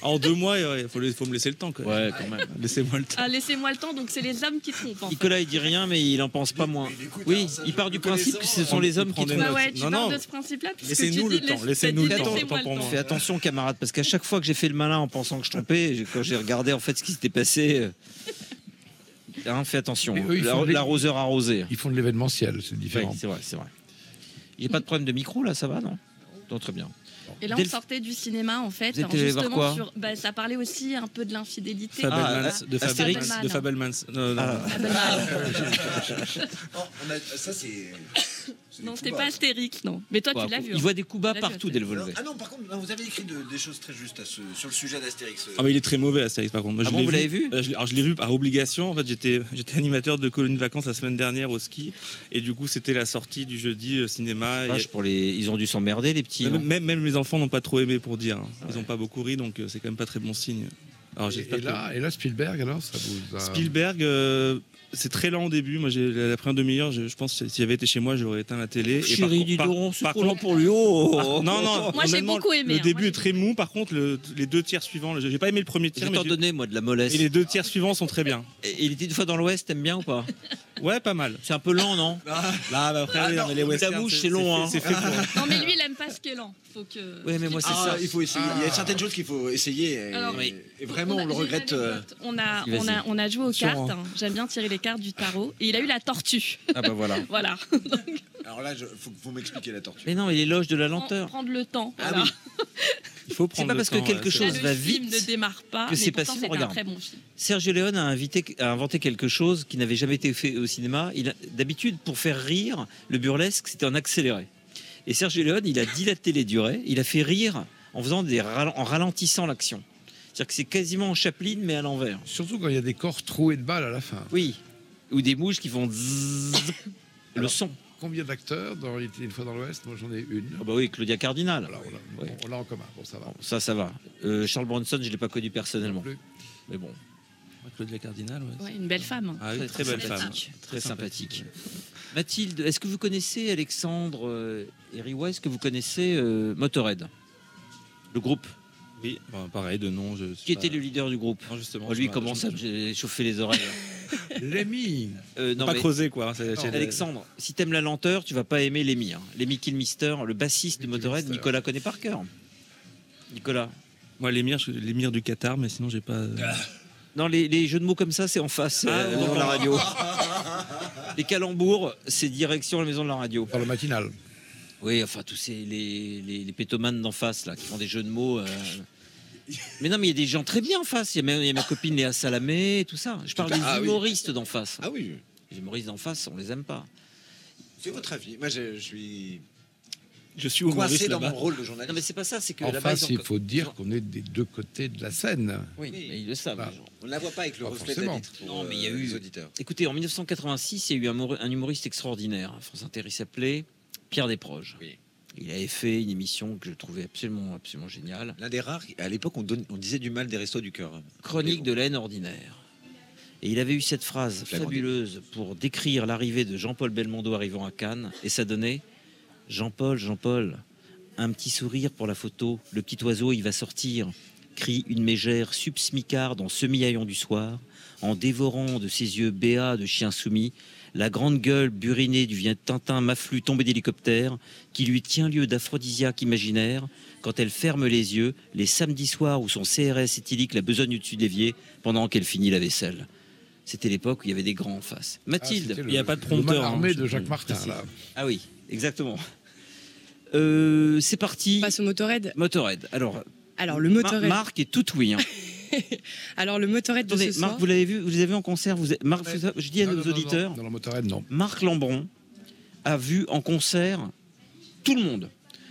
En deux mois, il faut, le- faut me laisser le temps. quoi. Ouais, quand même. Laissez-moi le temps. ah, laissez-moi le temps. Donc c'est les hommes qui trompent. hein. en fait. Nicolas, il dit rien, mais il en pense pas moins. Oui, il part du principe que ce sont les hommes qui prend des trouvent. Bah ouais, tu Non, parles non. de ce principe-là. puisque Laissez-nous tu dis- le temps, laisse- laissez-nous t'as dit le temps, laissez-moi autant le pour temps. Fais attention, camarade, parce qu'à chaque fois que j'ai fait le malin en pensant que je trompais, j'ai- quand j'ai regardé en fait ce qui s'était passé, euh, hein, fais attention. Mais eux, ils font La- des- L'arroseur arrosé. Ils font de l'événementiel, c'est Oui, différent. c'est vrai, c'est vrai. J'ai pas de problème de micro là, ça va, non Non, très bien. Et là, on Delph- sortait du cinéma, en fait. Vous êtes Alors, allé voir justement, quoi sur- bah, ça parlait aussi un peu de l'infidélité. euh, Fabelmans, ah, de Astérix. Fabelmans. De Fabelmans. Non, non, Ah, non. Oh, on a- ça, c'est. c'est Non, des c'était combats. pas Astérix, non. Mais toi, bah, tu l'as vu. il hein. voit des coups bas Tu l'as vu, partout, Astérix. Delvolvé. Ah non, par contre, non, vous avez écrit de- des choses très justes à ce- sur le sujet d'Astérix. euh. Ah, mais il est très mauvais, Astérix, par contre. Moi, Ah je bon, l'ai vous l'avez vu Euh, je l'ai- Alors, je l'ai vu par obligation. En fait, j'étais j'étais animateur de colonne de vacances la semaine dernière au ski. Et du coup, c'était la sortie du jeudi euh, cinéma. et- Vache, pour les... Ils ont dû s'emmerder, les petits. hein. non Même, même, même les enfants n'ont pas trop aimé pour dire. hein. Ils n'ont pas beaucoup ri, donc euh, c'est quand même pas très bon signe. Alors, Et, j'espère et là, et là, Spielberg, alors, ça vous que- a... Spielberg, euh, c'est très lent au début. Moi, j'ai la la première demi-heure, je, je pense que si j'avais été chez moi, j'aurais éteint la télé. Et par Chérie, contre- dis par- donc, c'est par trop contre- lent pour lui. Oh, Ah, non, non, Moi, j'ai honnêtement, beaucoup aimé, Le hein. début Moi, est très mou, par contre, le- les deux tiers suivants, le- j'ai pas aimé le premier Je tiers, vais mais t'en j'ai- donner, moi, de la mollesse. et les deux tiers suivants sont très bien. Et- Il était une fois dans l'Ouest, t'aimes bien ou pas Ouais, pas mal. C'est un peu lent, non Là, bah, après, Ah, oui, non, mais les ta westerns, bouche, c'est long, C'est fait c'est fait pour. Non, mais lui, il aime pas ce qui est lent. Faut que. Oui, mais moi, c'est Ah, ça. il faut essayer. Il y a certaines choses qu'il faut essayer. Et, Alors, et- oui. et vraiment, on, a- le j'ai une regrette. euh, anecdote. On a, Vas-y, on, a, vas-y. on a joué aux Attention, cartes. hein. J'aime bien tirer les cartes du tarot. Et il a eu la tortue. Ah bah voilà. Voilà. Alors là, il faut, faut m'expliquer la tortue. Mais non, il éloge de la lenteur. Prendre le temps. Ah voilà. oui. Il faut C'est prendre pas le parce que temps, quelque ouais, c'est chose vrai. va Là, le film vite ne démarre pas. que mais c'est pourtant, passif, c'est un regarde. très bon film. Sergio Leone a, invité, a inventé quelque chose qui n'avait jamais été fait au cinéma. Il a- D'habitude, pour faire rire, le burlesque, c'était en accéléré. Et Sergio Leone, il a dilaté les durées, il a fait rire en, faisant des ral- en ralentissant l'action. C'est-à-dire que c'est quasiment en Chaplin, mais à l'envers. Surtout quand il y a des corps troués de balles à la fin. Oui. Ou des mouches qui font zzzz, le son. combien d'acteurs dans Il était une fois dans l'Ouest Moi, j'en ai une. Ah bah oui, Claudia Cardinal. Alors, on l'a Ouais. on l'a en commun. Bon, ça va. Ça, ça va. Euh, Charles Bronson, je ne l'ai pas connu Non personnellement. plus. Mais bon, Claude la Cardinal, ouais. Ouais, une belle femme. hein. Ah oui, très, Très belle femme. sympathique. très sympathique. Mathilde, est-ce que vous connaissez Alexandre euh, et Riwa Est-ce que vous connaissez euh, Motorhead Le groupe Oui, enfin, pareil, de nom. Je Qui était le leader du groupe Non, justement. Moi, Lui, je- comment je- ça je- J'ai chauffé les oreilles. Lémi Euh, non, Pas mais- creusé, quoi. hein, c'est- c'est- Alexandre, si t'aimes la lenteur, tu vas pas aimer Lemmy. Hein. Lemmy Kilmister, le bassiste de Lemmy Motorhead, Kilmister. Nicolas connaît par cœur. Nicolas. Moi, l'émir, je- l'émir du Qatar, mais sinon, j'ai pas. euh, Non, les, les jeux de mots comme ça, c'est en face, Ah, euh, la maison oh. de la radio. les calembours, c'est direction la maison de la radio. Dans le matinal. Oui, enfin, tous ces les, les, les pétomanes d'en face, là, qui font des jeux de mots. euh. Mais non, mais il y a des gens très bien en face. Il y a même il y a ma copine Léa Salamé, tout ça. Je parle Tout à- des ah oui. humoristes d'en face. Ah oui, Les humoristes d'en face, on les aime pas. c'est votre avis. Moi, je, je suis Je suis coincé dans mon rôle de Non, mais journaliste. c'est pas ça, c'est que En là-bas, ils face, ont il co- faut ils ont- dire qu'on est des deux côtés de la scène. Oui, Oui. mais ils le savent, Bah. les gens. On ne la voit pas avec le Pas reflet de la forcément. vitre pour, Non, mais il y a euh, eu- les auditeurs. Écoutez, en 1986, il y a eu un, humor- un humoriste extraordinaire. hein, France Inter, il s'appelait Pierre Desproges. Oui. Il avait fait une émission que je trouvais absolument, absolument géniale. L'un des rares, à l'époque, on, donne- on disait du mal des restos du cœur. Chronique de la haine ordinaire. Et il avait eu cette phrase Flagrant fabuleuse pour décrire l'arrivée de Jean-Paul Belmondo arrivant à Cannes. Et ça donnait Jean-Paul, Jean-Paul, un petit sourire pour la photo. Le petit oiseau, il va sortir. Crie une mégère subsmicarde en semi-haillon du soir, en dévorant de ses yeux béats de chien soumis la grande gueule burinée du vieux Tintin maflu tombé d'hélicoptère, qui lui tient lieu d'aphrodisiaque imaginaire, quand elle ferme les yeux les samedis soirs où son CRS éthylique la besogne au-dessus de l'évier pendant qu'elle finit la vaisselle. C'était l'époque où il y avait des grands en face. Mathilde, Ah, c'était il y a le- pas de le prompteur, mal hein, armé je- de Jacques Martin, précise. là. Ah oui, exactement. Euh, c'est parti. Passe au Motorhead. Motorhead. Alors, Alors le Ma- Motorhead. Marc est tout oui. hein. Alors le Motorhead de Attendez, ce Marc, soir. vous l'avez vu, vous les avez vu en concert. Vous avez- Marc, vous- je dis à Non, nos non, non, non. auditeurs, Dans la motorhead, non. Marc Lambron a vu en concert tout le monde.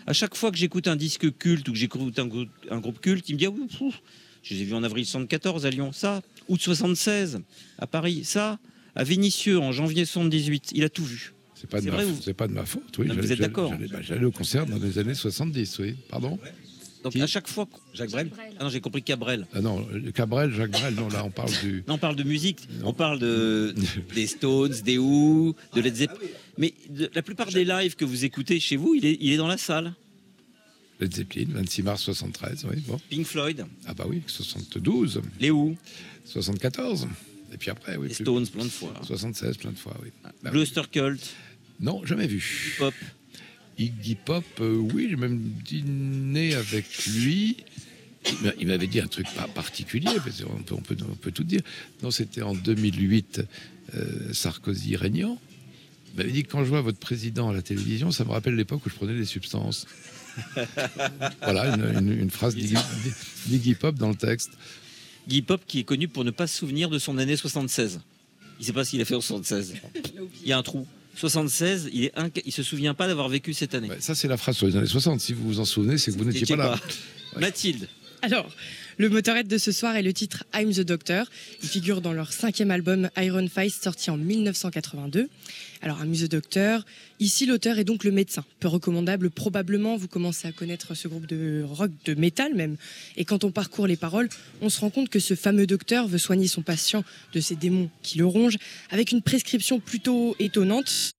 À chaque fois que j'écoute un disque culte ou que j'écoute un, grou- un groupe culte, il me dit ah oui, pfff, je les ai vus en avril 74 à Lyon, ça, août 76 à Paris, ça, à Vénissieux en janvier 78, il a tout vu. C'est pas, de C'est ma vrai, fa- vous- c'est pas de ma faute. Oui, Non, mais vous J'allais- êtes d'accord. J'allais bah, j'allais au concert dans les années 70, oui. Pardon Donc Qui à chaque fois, qu'on- Jacques Brel ah non j'ai compris Cabrel. Ah non, euh, Cabrel, Jacques Brel, non, là, on parle du. Non, on parle de musique, Non. on parle de, des Stones, des Who, de Led Zeppelin. Mais de- la plupart des lives que vous écoutez chez vous, il est, il est dans la salle. Led Zeppelin, 26 mars 73, oui. Bon. Pink Floyd, Ah bah oui, 72, les Who, 74. Et puis après, oui. les plus- Stones plein de fois. 76, plein de fois, oui. Bah oui. Gloucester Cult, Non, jamais vu. Pop. Iggy Pop, euh, oui, j'ai même dîné avec lui. Il m'a- Il m'avait dit un truc pas particulier, parce qu'on peut, on peut, on peut tout dire. Non, c'était en 2008, euh, Sarkozy régnant. Il m'avait dit quand je vois votre président à la télévision, ça me rappelle l'époque où je prenais des substances. voilà, une, une- une phrase d'Iggy d'Iggy Pop dans le texte. Guy Pop qui est connu pour ne pas se souvenir de son année 76. Il ne sait pas ce qu'il a fait en 76. Il y a un trou. 76, il est inca- il se souvient pas d'avoir vécu cette année. Ouais, ça, c'est la phrase sur les années 60. Si vous vous en souvenez, c'est que vous n'étiez pas là. Ouais. Mathilde, Alors le Motorhead de ce soir est le titre I'm the Doctor. Il figure dans leur cinquième album Iron Fist sorti en 1982. Alors I'm the Doctor. Ici l'auteur est donc le médecin. Peu recommandable probablement. Vous commencez à connaître ce groupe de rock de métal même. Et quand on parcourt les paroles, on se rend compte que ce fameux docteur veut soigner son patient de ses démons qui le rongent avec une prescription plutôt étonnante.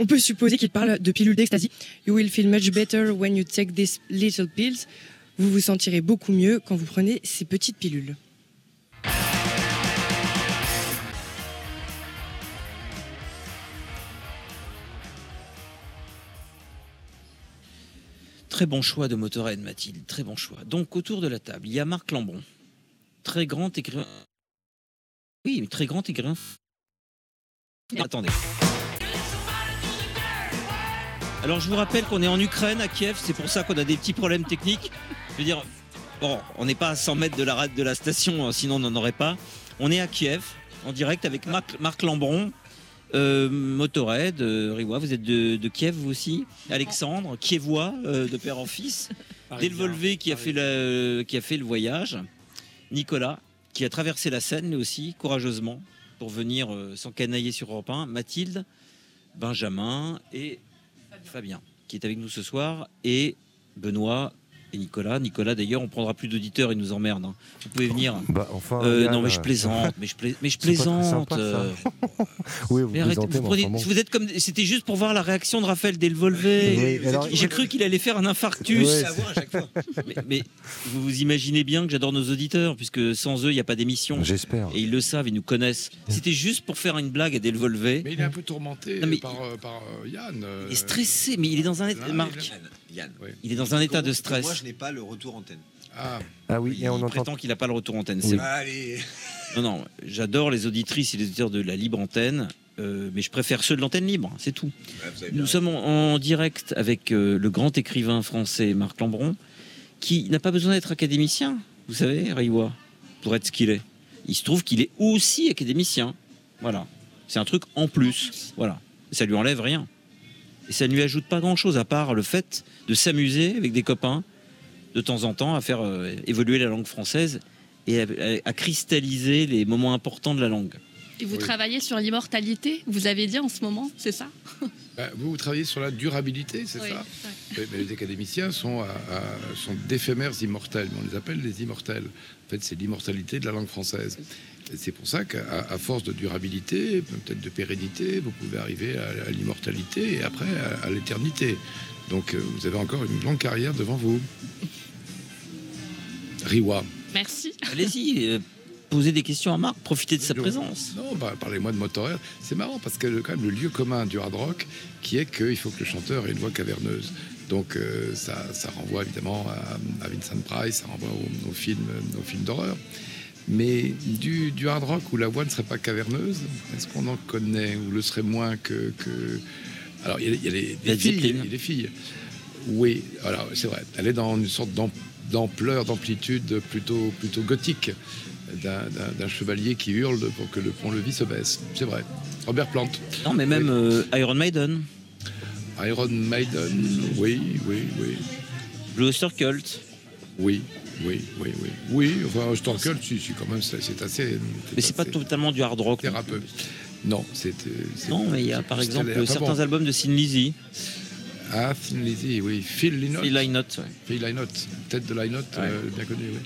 On peut supposer qu'il parle de pilules d'ecstasy. You will feel much better when you take these little pills. Vous vous sentirez beaucoup mieux quand vous prenez ces petites pilules. très bon choix de Motorhead, Mathilde, très bon choix. Donc autour de la table, il y a Marc Lambron, très grand écrivain. Oui, mais très grand écrivain. Attendez. Alors je vous rappelle qu'on est en Ukraine, à Kiev, c'est pour ça qu'on a des petits problèmes techniques. Je veux dire, bon, on n'est pas à 100 mètres de la, ra- de la station, euh, sinon on n'en aurait pas. On est à Kiev, en direct avec Marc, Marc Lambron, euh, Motorhead, euh, Riwa, vous êtes de, de Kiev vous aussi Alexandre, Kievois, euh, de père en fils. Delvolvé qui a, fait la- qui a fait le voyage. Nicolas, qui a traversé la Seine lui aussi, courageusement, pour venir euh, s'encanailler sur Europe 1. Mathilde, Benjamin et Fabien, qui est avec nous ce soir, et Benoît et Nicolas. Nicolas, d'ailleurs, on prendra plus d'auditeurs, il nous emmerde. hein. Vous pouvez venir. Bah, enfin, Euh, Yann, non, mais je euh, plaisante, mais je, plais- mais c'est je pas très plaisante. sympa, ça. euh. oui, vous Mais arrêtez, plaisantez, vous, mais prenez- enfin bon. vous êtes comme. C'était juste pour voir la réaction de Raphaël Delvolvé. Oui, alors- J'ai cru qu'il allait faire un infarctus. Ouais, mais, mais vous vous imaginez bien que j'adore nos auditeurs, puisque sans eux, il n'y a pas d'émission. J'espère. Et ils le savent, ils nous connaissent. C'était juste pour faire une blague à Delvolvé. Mais il est un peu tourmenté Non, mais par, euh, par, euh, Yann. euh, Il est stressé, mais il est dans un état. Yann, Marc, Ah, Yann, Yann. oui. il est dans un état de Moi, stress. je n'ai pas le retour antenne. Bah, Ah, Ah oui, Il et on entend. prétend qu'il n'a pas le retour antenne. Oui. c'est Allez. Non, non, j'adore les auditrices et les auditeurs de la libre antenne, euh, mais je préfère ceux de l'antenne libre, c'est tout. Ouais, vous avez bien Nous sommes en, en direct avec euh, le grand écrivain français Marc Lambron, qui n'a pas besoin d'être académicien, vous savez, Riwa, pour être ce qu'il est. Il se trouve qu'il est aussi académicien. Voilà. C'est un truc en plus. Voilà. Ça lui enlève rien. Et ça ne lui ajoute pas grand-chose, à part le fait de s'amuser avec des copains, de temps en temps, à faire euh, évoluer la langue française et à, à- à cristalliser les moments importants de la langue. Et vous Oui. travaillez sur l'immortalité, vous avez dit en ce moment, c'est ça bah, vous, vous travaillez sur la durabilité, c'est Oui, ça ouais. Oui, mais les académiciens sont, à- à- sont d'éphémères immortels, mais on les appelle les immortels. En fait, c'est l'immortalité de la langue française. Et c'est pour ça qu'à à force de durabilité, peut-être de pérennité, vous pouvez arriver à, à l'immortalité et après à, à l'éternité. Donc euh, vous avez encore une longue carrière devant vous. Riwa. Merci. Allez-y, euh, posez des questions à Marc, profitez de sa Je- présence. Non, bah, parlez-moi de Motorhead. C'est marrant parce que le- quand même le lieu commun du hard rock, qui est qu'il faut que le chanteur ait une voix caverneuse. Donc euh, ça, ça renvoie évidemment à, à Vincent Price, ça renvoie au, au film, euh, au film d'horreur. Mais du, du hard rock où la voix ne serait pas caverneuse, est-ce qu'on en connaît ou le serait moins que... que- Alors il y a, il y a les, les Led filles, Zeppelin. il y a les filles. Oui, alors c'est vrai, elle est dans une sorte d'am- d'ampleur, d'amplitude plutôt, plutôt gothique d'un- d'un d'un chevalier qui hurle pour que le pont-levis se baisse. C'est vrai. Robert Plante. Non, mais même euh, Iron Maiden, Iron Maiden. Oui, oui, oui. Blue Oyster Cult. Oui, oui, oui, oui. Oui, enfin, Storkel, si, si, quand même, c'est c'est assez. Mais c'est pas assez totalement du hard rock. non. Thérapeute. Non, c'est. euh, c'est- Non, mais il y a par c'est- exemple enfin, certains bon. albums de Sin Lizzy, Ah, Thin Lizzy, oui. Phil Lynott. Phil Lynott, ouais, Phil Lynott. Tête de Lynott, euh, bien connu, oui.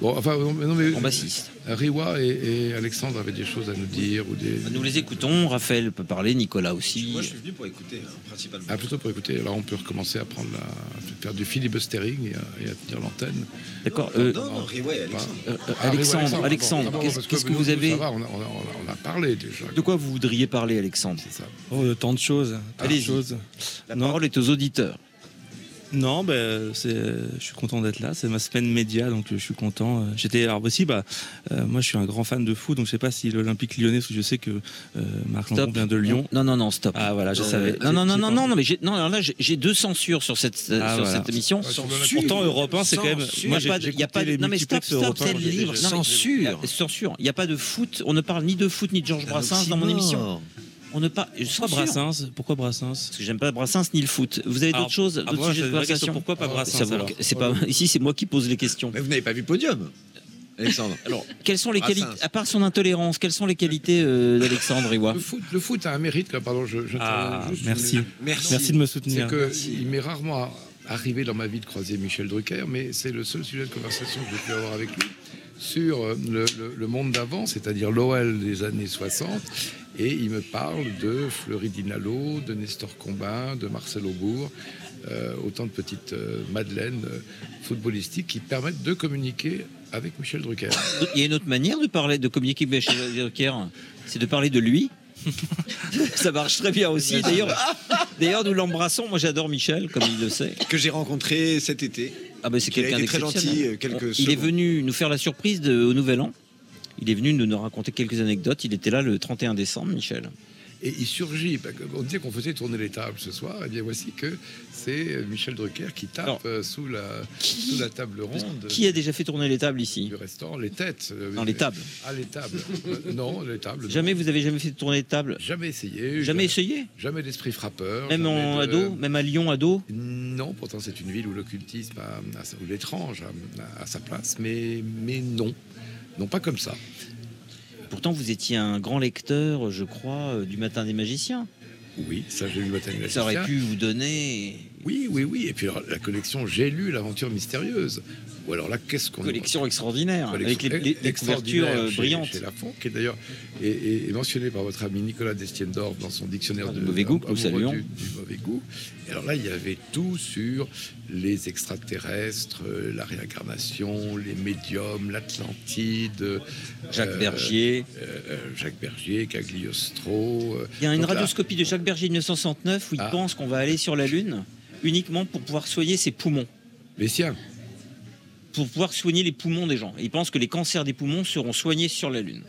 Bon, enfin, non, mais. non, mais- en bassiste. Riwa et, et Alexandre avaient des choses à nous dire ou des. Bah, Nous les écoutons, Raphaël peut parler, Nicolas aussi. Moi, je suis venu pour écouter, hein, principalement. Ah, plutôt pour écouter, alors on peut recommencer à prendre la... à faire du filibustering et à, et à tenir l'antenne. D'accord. Non, euh, non, non, ouais, Alexandre. euh, euh, Ah, Alexandre, oui, Alexandre, pardon, Ah, qu'est-ce parce qu'est-ce que vous nous, ça avez va, on, a, on a- on a- on a parlé déjà. De quoi vous voudriez parler, Alexandre C'est ça. Oh, euh, tant de choses. Tant de Allez-y. choses. La Non. parole est aux auditeurs. Non, ben, c'est, je suis content d'être là. C'est ma semaine média, donc je suis content. Euh, J'étais alors aussi, bah, euh, moi je suis un grand fan de foot, donc je sais pas si l'Olympique Lyonnais, parce que je sais que euh, Marc Lambon Stop. vient de Lyon. Non, non, non, stop. Ah voilà, je Euh, savais. Non, non, non, J'ai- non, j'ai non, non, mais j'ai- non, alors là, j'ai- j'ai deux censures sur cette, sur Ah, voilà. cette émission. Sur Censure. l'Olympique. Pourtant, Europe 1, c'est quand même. Censure. Il Moi, y a j'ai pas de- il y a pas de- non mais stop, stop, c'est libre. livre. Non, mais- Censure. Euh, Censure. Il n'y a pas de foot. On ne parle ni de foot ni de Georges Brassens dans mon émission. On ne parle. Ah, Pourquoi Brassens Pourquoi Brassens Parce que j'aime pas Brassens ni le foot. Vous avez Alors, d'autres choses, ah, d'autres moi, sujets de j'avais la question, conversation Pourquoi pas Ah, Ça Brassens vous- alors C'est pas ici, c'est moi qui pose les questions. Mais vous n'avez pas vu Podium, Alexandre. Alors, Quelles sont les Brassens. qualités à part son intolérance Quelles sont les qualités euh, d'Alexandre Iwa Le foot, le foot a un mérite, là, pardon, je, je Ah, te- juste- merci. merci. Merci de me C'est soutenir. que il m'est rarement arrivé dans ma vie de croiser Michel Drucker, mais c'est le seul sujet de conversation que j'ai pu avoir avec lui sur euh, le, le- le monde d'avant, c'est-à-dire l'OL des années 60. Et il me parle de Fleury Dinalo, de Nestor Combin, de Marcel Aubourg, euh, autant de petites euh, madeleines euh, footballistiques qui permettent de communiquer avec Michel Drucker. Il y a une autre manière de parler, de communiquer avec Michel Drucker, c'est de parler de lui. Ça marche très bien aussi. D'ailleurs, Ah. d'ailleurs, nous l'embrassons. Moi, j'adore Michel, comme il le sait. Que j'ai rencontré cet été. Ah ben c'est Il a quelqu'un été très d'exceptionnel. gentil, euh, quelques On- Il secondes. est venu nous faire la surprise de- au Nouvel An. Il est venu nous, nous raconter quelques anecdotes. Il était là le 31 décembre, Michel. Et il surgit. parce que On disait qu'on faisait tourner les tables ce soir. Et bien voici que c'est Michel Drucker qui tape Alors, euh, sous, la, sous la table ronde Qui a déjà fait tourner les tables ici du restaurant. Les têtes. euh, Dans les tables. Ah, les tables. Euh, non, les tables. non. Jamais vous avez jamais fait tourner les tables Jamais essayé. Jamais essayé Jamais d'esprit frappeur. Même jamais en de- ado, même à Lyon ado. Non, pourtant c'est une ville où l'occultisme a- a sa- ou l'étrange a, a sa place, mais, mais non, non pas comme ça. Pourtant vous étiez un grand lecteur, je crois, euh, du Matin des magiciens. Oui, ça j'ai lu Botanique Ça aurait pu vous donner Oui, oui, oui. Et puis alors, la collection J'ai lu l'aventure mystérieuse. Ou alors là, qu'est-ce qu'on une collection extraordinaire, avec Collection les, les- les couvertures Ah, extraordinaire euh, chez- brillantes. Chez Lafon, qui est d'ailleurs est- est- est mentionné par votre ami Nicolas Destiendorf dans son dictionnaire Ah, de du mauvais goût, que nous amoureux saluons. Du, du mauvais goût. Et alors là, il y avait tout sur les extraterrestres, euh, la réincarnation, les médiums, l'Atlantide, euh, Jacques Bergier. euh, euh, Jacques Bergier, Cagliostro. euh. Il y a une Donc là, radioscopie de Jacques Berger de 1969 où il Ah. pense qu'on va aller sur la Lune uniquement pour pouvoir soigner ses poumons, Messiaen. pour pouvoir soigner les poumons des gens. Et il pense que les cancers des poumons seront soignés sur la Lune.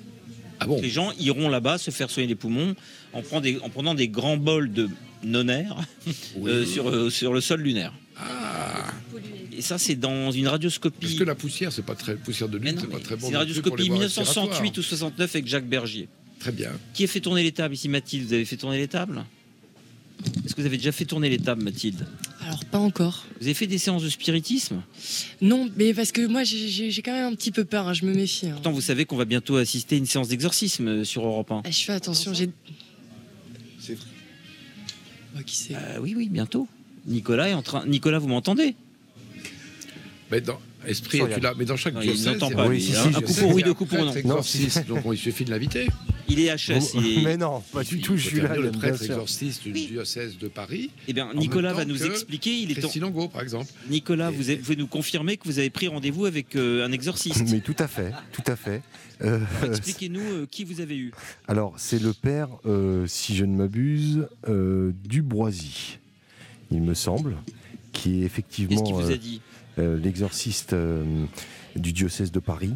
Ah bon Les gens iront là-bas se faire soigner les poumons en, prenant des- en prenant des grands bols de nonaire Oui. euh, sur, euh, sur le sol lunaire. Ah, Et ça, c'est dans une parce radioscopie. que la poussière, c'est pas très poussière de Mais lune, non, c'est pas mais très bon. c'est une non plus pour les radioscopie voies 1968 respiratoires. ou 69 avec Jacques Bergier. Très bien. Qui a fait tourner les tables ici, Mathilde Vous avez fait tourner les tables Est-ce que vous avez déjà fait tourner les tables, Mathilde Alors, pas encore. Vous avez fait des séances de spiritisme Non, mais parce que moi, j'ai- j'ai j'ai quand même un petit peu peur, hein, je me méfie. hein. Pourtant, vous savez qu'on va bientôt assister à une séance d'exorcisme euh, sur Europe 1. Ah, je fais attention, j'ai. C'est vrai. Oh, qui c'est Euh, oui, oui, bientôt. Nicolas est en train. Nicolas, vous m'entendez Mais dans esprit, Soyez- tu l'as. Mais dans chaque Non, diocèse, il n'entend pas. y a- Oui, lui, si, hein. si, un je coup sais. pour oui, Il y a deux coups pour un non. prêtre exorciste, donc il suffit de l'inviter. Il est HS. Bon, il est- Mais non, pas du Il tout, faut je suis tenir là. le bien prêtre sûr. exorciste du diocèse de Paris. Eh bien, même Nicolas temps va nous que expliquer. Il est temps- Christine Angot, par exemple. Nicolas, Et- vous, avez- vous pouvez nous confirmer que vous avez pris rendez-vous avec euh, un exorciste. Mais tout à fait, tout à fait. Euh, Expliquez-nous euh, qui vous avez eu. alors, c'est le père, euh, si je ne m'abuse, euh, Duboisy, il me semble, qui est Qu'est-ce qu'il effectivement vous euh, a dit euh, l'exorciste euh, du diocèse de Paris,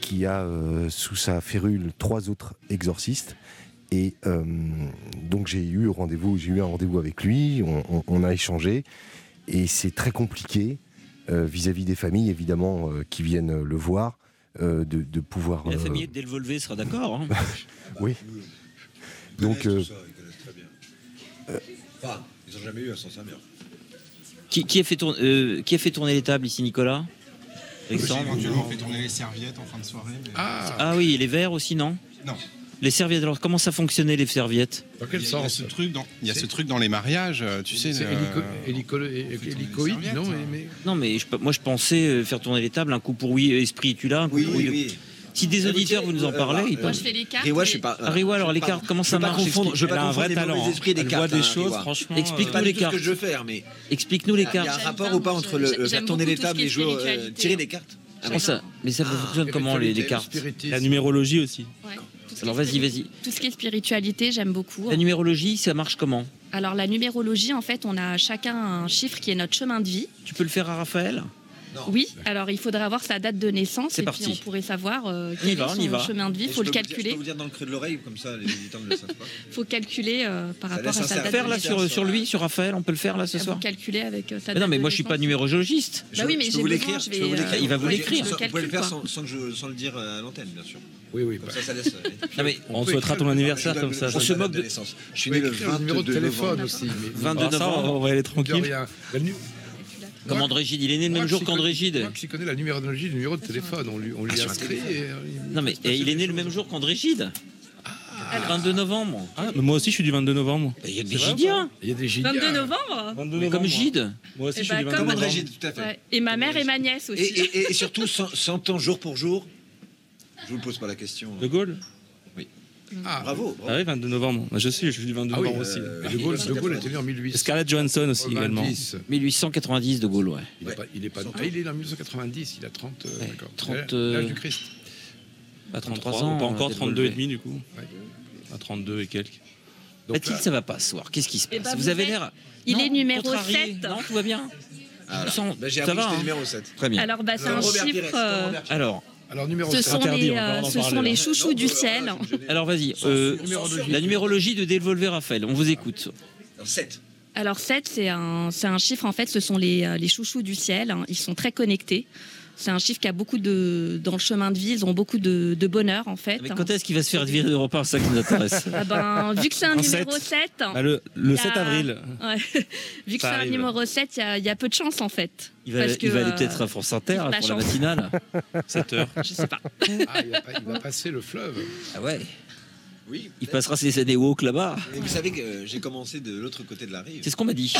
qui a euh, sous sa férule trois autres exorcistes. Et euh, donc j'ai eu rendez-vous, j'ai eu un rendez-vous avec lui, on, on- on a échangé, et c'est très compliqué euh, vis-à-vis des familles évidemment euh, qui viennent le voir, euh, de, de pouvoir. La euh, famille Delvolvé sera d'accord. hein. Oui. Ils Donc, connaissent euh, tout ça, ils connaissent très bien. Euh, Enfin, ils n'ont jamais eu un sens amer. Qui, qui a fait tourner, euh, qui a fait tourner les tables ici, Nicolas J'ai Alexandre éventuellement fait tourner les serviettes en fin de soirée. mais- Ah, Ah oui, et les verres aussi, non Non. Les serviettes, alors comment ça fonctionnait les serviettes dans Il quel y a- il y a sens ce truc dans- Il y a ce truc dans les mariages, euh, tu sais. C'est le- hélico- hélico- hé- hélicoïde, serviettes, non hein. mais- Non, mais je- moi je pensais euh, faire tourner les tables, un coup pour oui, esprit, tu l'as, un coup pour oui. Si des auditeurs vous nous euh, en bah, parlez, ils Moi, peuvent. je fais les cartes. Riwa, je mais- suis pas. Ah, Riwa, alors les je- cartes, comment je ça veux pas marche confondre- Je veux Elle pas a un confondre vrai les talent. mauvais esprits des euh, Elle cartes. voit des hein, choses, Riwa. franchement. C'est Explique-nous pas les du tout ce cartes. que je veux faire, mais Explique-nous les euh, il y a un cartes. J'aime rapport pas, ou pas moi, entre je- le- le faire j'aime tourner beaucoup les tout ce tables qui et est jouer, au- euh, spiritualité, tirer moi. des cartes. Comment ça Mais Ah, ça fonctionne comment les, les cartes Spiritisme. La numérologie aussi. Ouais, tout ce Alors qui est vas-y, vas-y. spiri- Tout ce qui est spiritualité, j'aime beaucoup. La numérologie, ça marche comment Alors la numérologie, en fait, on a chacun un chiffre qui est notre chemin de vie. Tu peux le faire à Raphaël Oui, alors il faudrait avoir sa date de naissance C'est et parti. puis on pourrait savoir euh, On y quel va, est on son y va. chemin de vie. Et Il je faut le peux vous dire- Je calculer. peux vous dire dans le creux de l'oreille, comme ça, les auditeurs ne le savent pas. faut calculer euh, par Ça rapport laisse à un sa certain date Faire de là naissance. sur, sur lui, sur Raphaël, on peut le faire là ce Faut soir calculer avec euh, sa Mais date Non, mais de moi je suis pas naissance. numérologiste. Bah oui, mais j'ai je peux vous besoin, l'écrire. je peux vais, vous l'écrire. euh, Il va vous Je- l'écrire. Vous pouvez le Calcule, faire quoi. sans, sans que je, sans le dire à l'antenne, bien sûr. Oui, oui. Comme bah, ça, ça laisse. Non, mais On souhaitera ton anniversaire comme ça. Je On se suis moque de- Je suis on peut né le écrire le numéro de 22 téléphone novembre. aussi. mais- 22 Ah, ça, novembre. on va y aller mais- tranquille. rien. La nu- Comme Moi- André Gide, il est né le moi même qui jour qu'André connais- Moi Gide. qui connais la numérologie du numéro de téléphone, on lui, on lui Ah, sur un inscrit. téléphone. et, euh, il- Non mais et il est né le même jour qu'André Gide. 22 novembre. Ah, mais moi aussi, je suis du 22 novembre. Bah, Il y a des C'est vrai, Gidiens, Il y a des gigas. 22 novembre comme Gide. Moi aussi, Eh je suis ben, du comme 22 Comme novembre. André Gide, tout à fait. Ouais. Et ma mère et ma nièce Et, aussi. et- et- et surtout, 100, 100 ans jour pour jour Je vous pose pas la question. De Gaulle Ah, Bravo. Ah bravo. oui, 22 novembre. Moi, Je suis, je suis du 22 Ah oui, novembre aussi. euh, mais de Gaulle, de Gaulle était né en 1800. Scarlett Johansson aussi également. 90. 1890 de Gaulle, ouais. Il est pas, il est pas- ah, il est né en 1990, il a 30, euh, Ouais, d'accord. 30, L'âge- euh, L'âge du Christ. À 33 33 ans, ans, pas encore euh, 32 et demi du coup. Ouais. À 32 et quelques. Donc Mathilde, là- ça va pas ce soir. Qu'est-ce qui se Eh passe ben, Vous vous avez êtes- l'air. il Non, est numéro contrarié. 7. Non, tout va bien. Ah, Je là. sens- Bah, J'ai ça appris que va. j'étais hein. numéro 7. Très bien. Alors bah, c'est un Alors, Robert Pires, chiffre. euh, Robert Pires. Alors, Alors, numéro ce 7. sont interdit, les, on va euh, en ce parler, sont les hein. chouchous Non, du voilà, ciel. je l'ai- alors vas-y. euh, Numérologie. la numérologie de Delvolvé Raphaël. On vous écoute. Alors, 7. Alors 7, c'est un, c'est un chiffre, en fait, ce sont les, euh, les chouchous du ciel, hein. ils sont très connectés. C'est un chiffre qui a beaucoup de... Dans le chemin de vie, ils ont beaucoup de, de bonheur, en fait. Mais quand est-ce qu'il va se faire virer d'Europe 1 C'est ça qui nous intéresse. Ah ben, vu que c'est un, Un numéro 7, sept. Bah, le Hein. Il le y a- 7 avril. ouais, vu que c'est Ça un arrive. numéro 7, il y a- il y, a peu de chance, en fait. Il va, Parce que, il va aller euh, peut-être à France Inter hein, la pour la chance. matinale. 7 heures. Je sais pas. Ah, il, va pas- il va passer le fleuve. Ah ouais. Oui. Il passera ses années woke là-bas. Et vous savez que euh, j'ai commencé de l'autre côté de la rive. C'est ce qu'on m'a dit.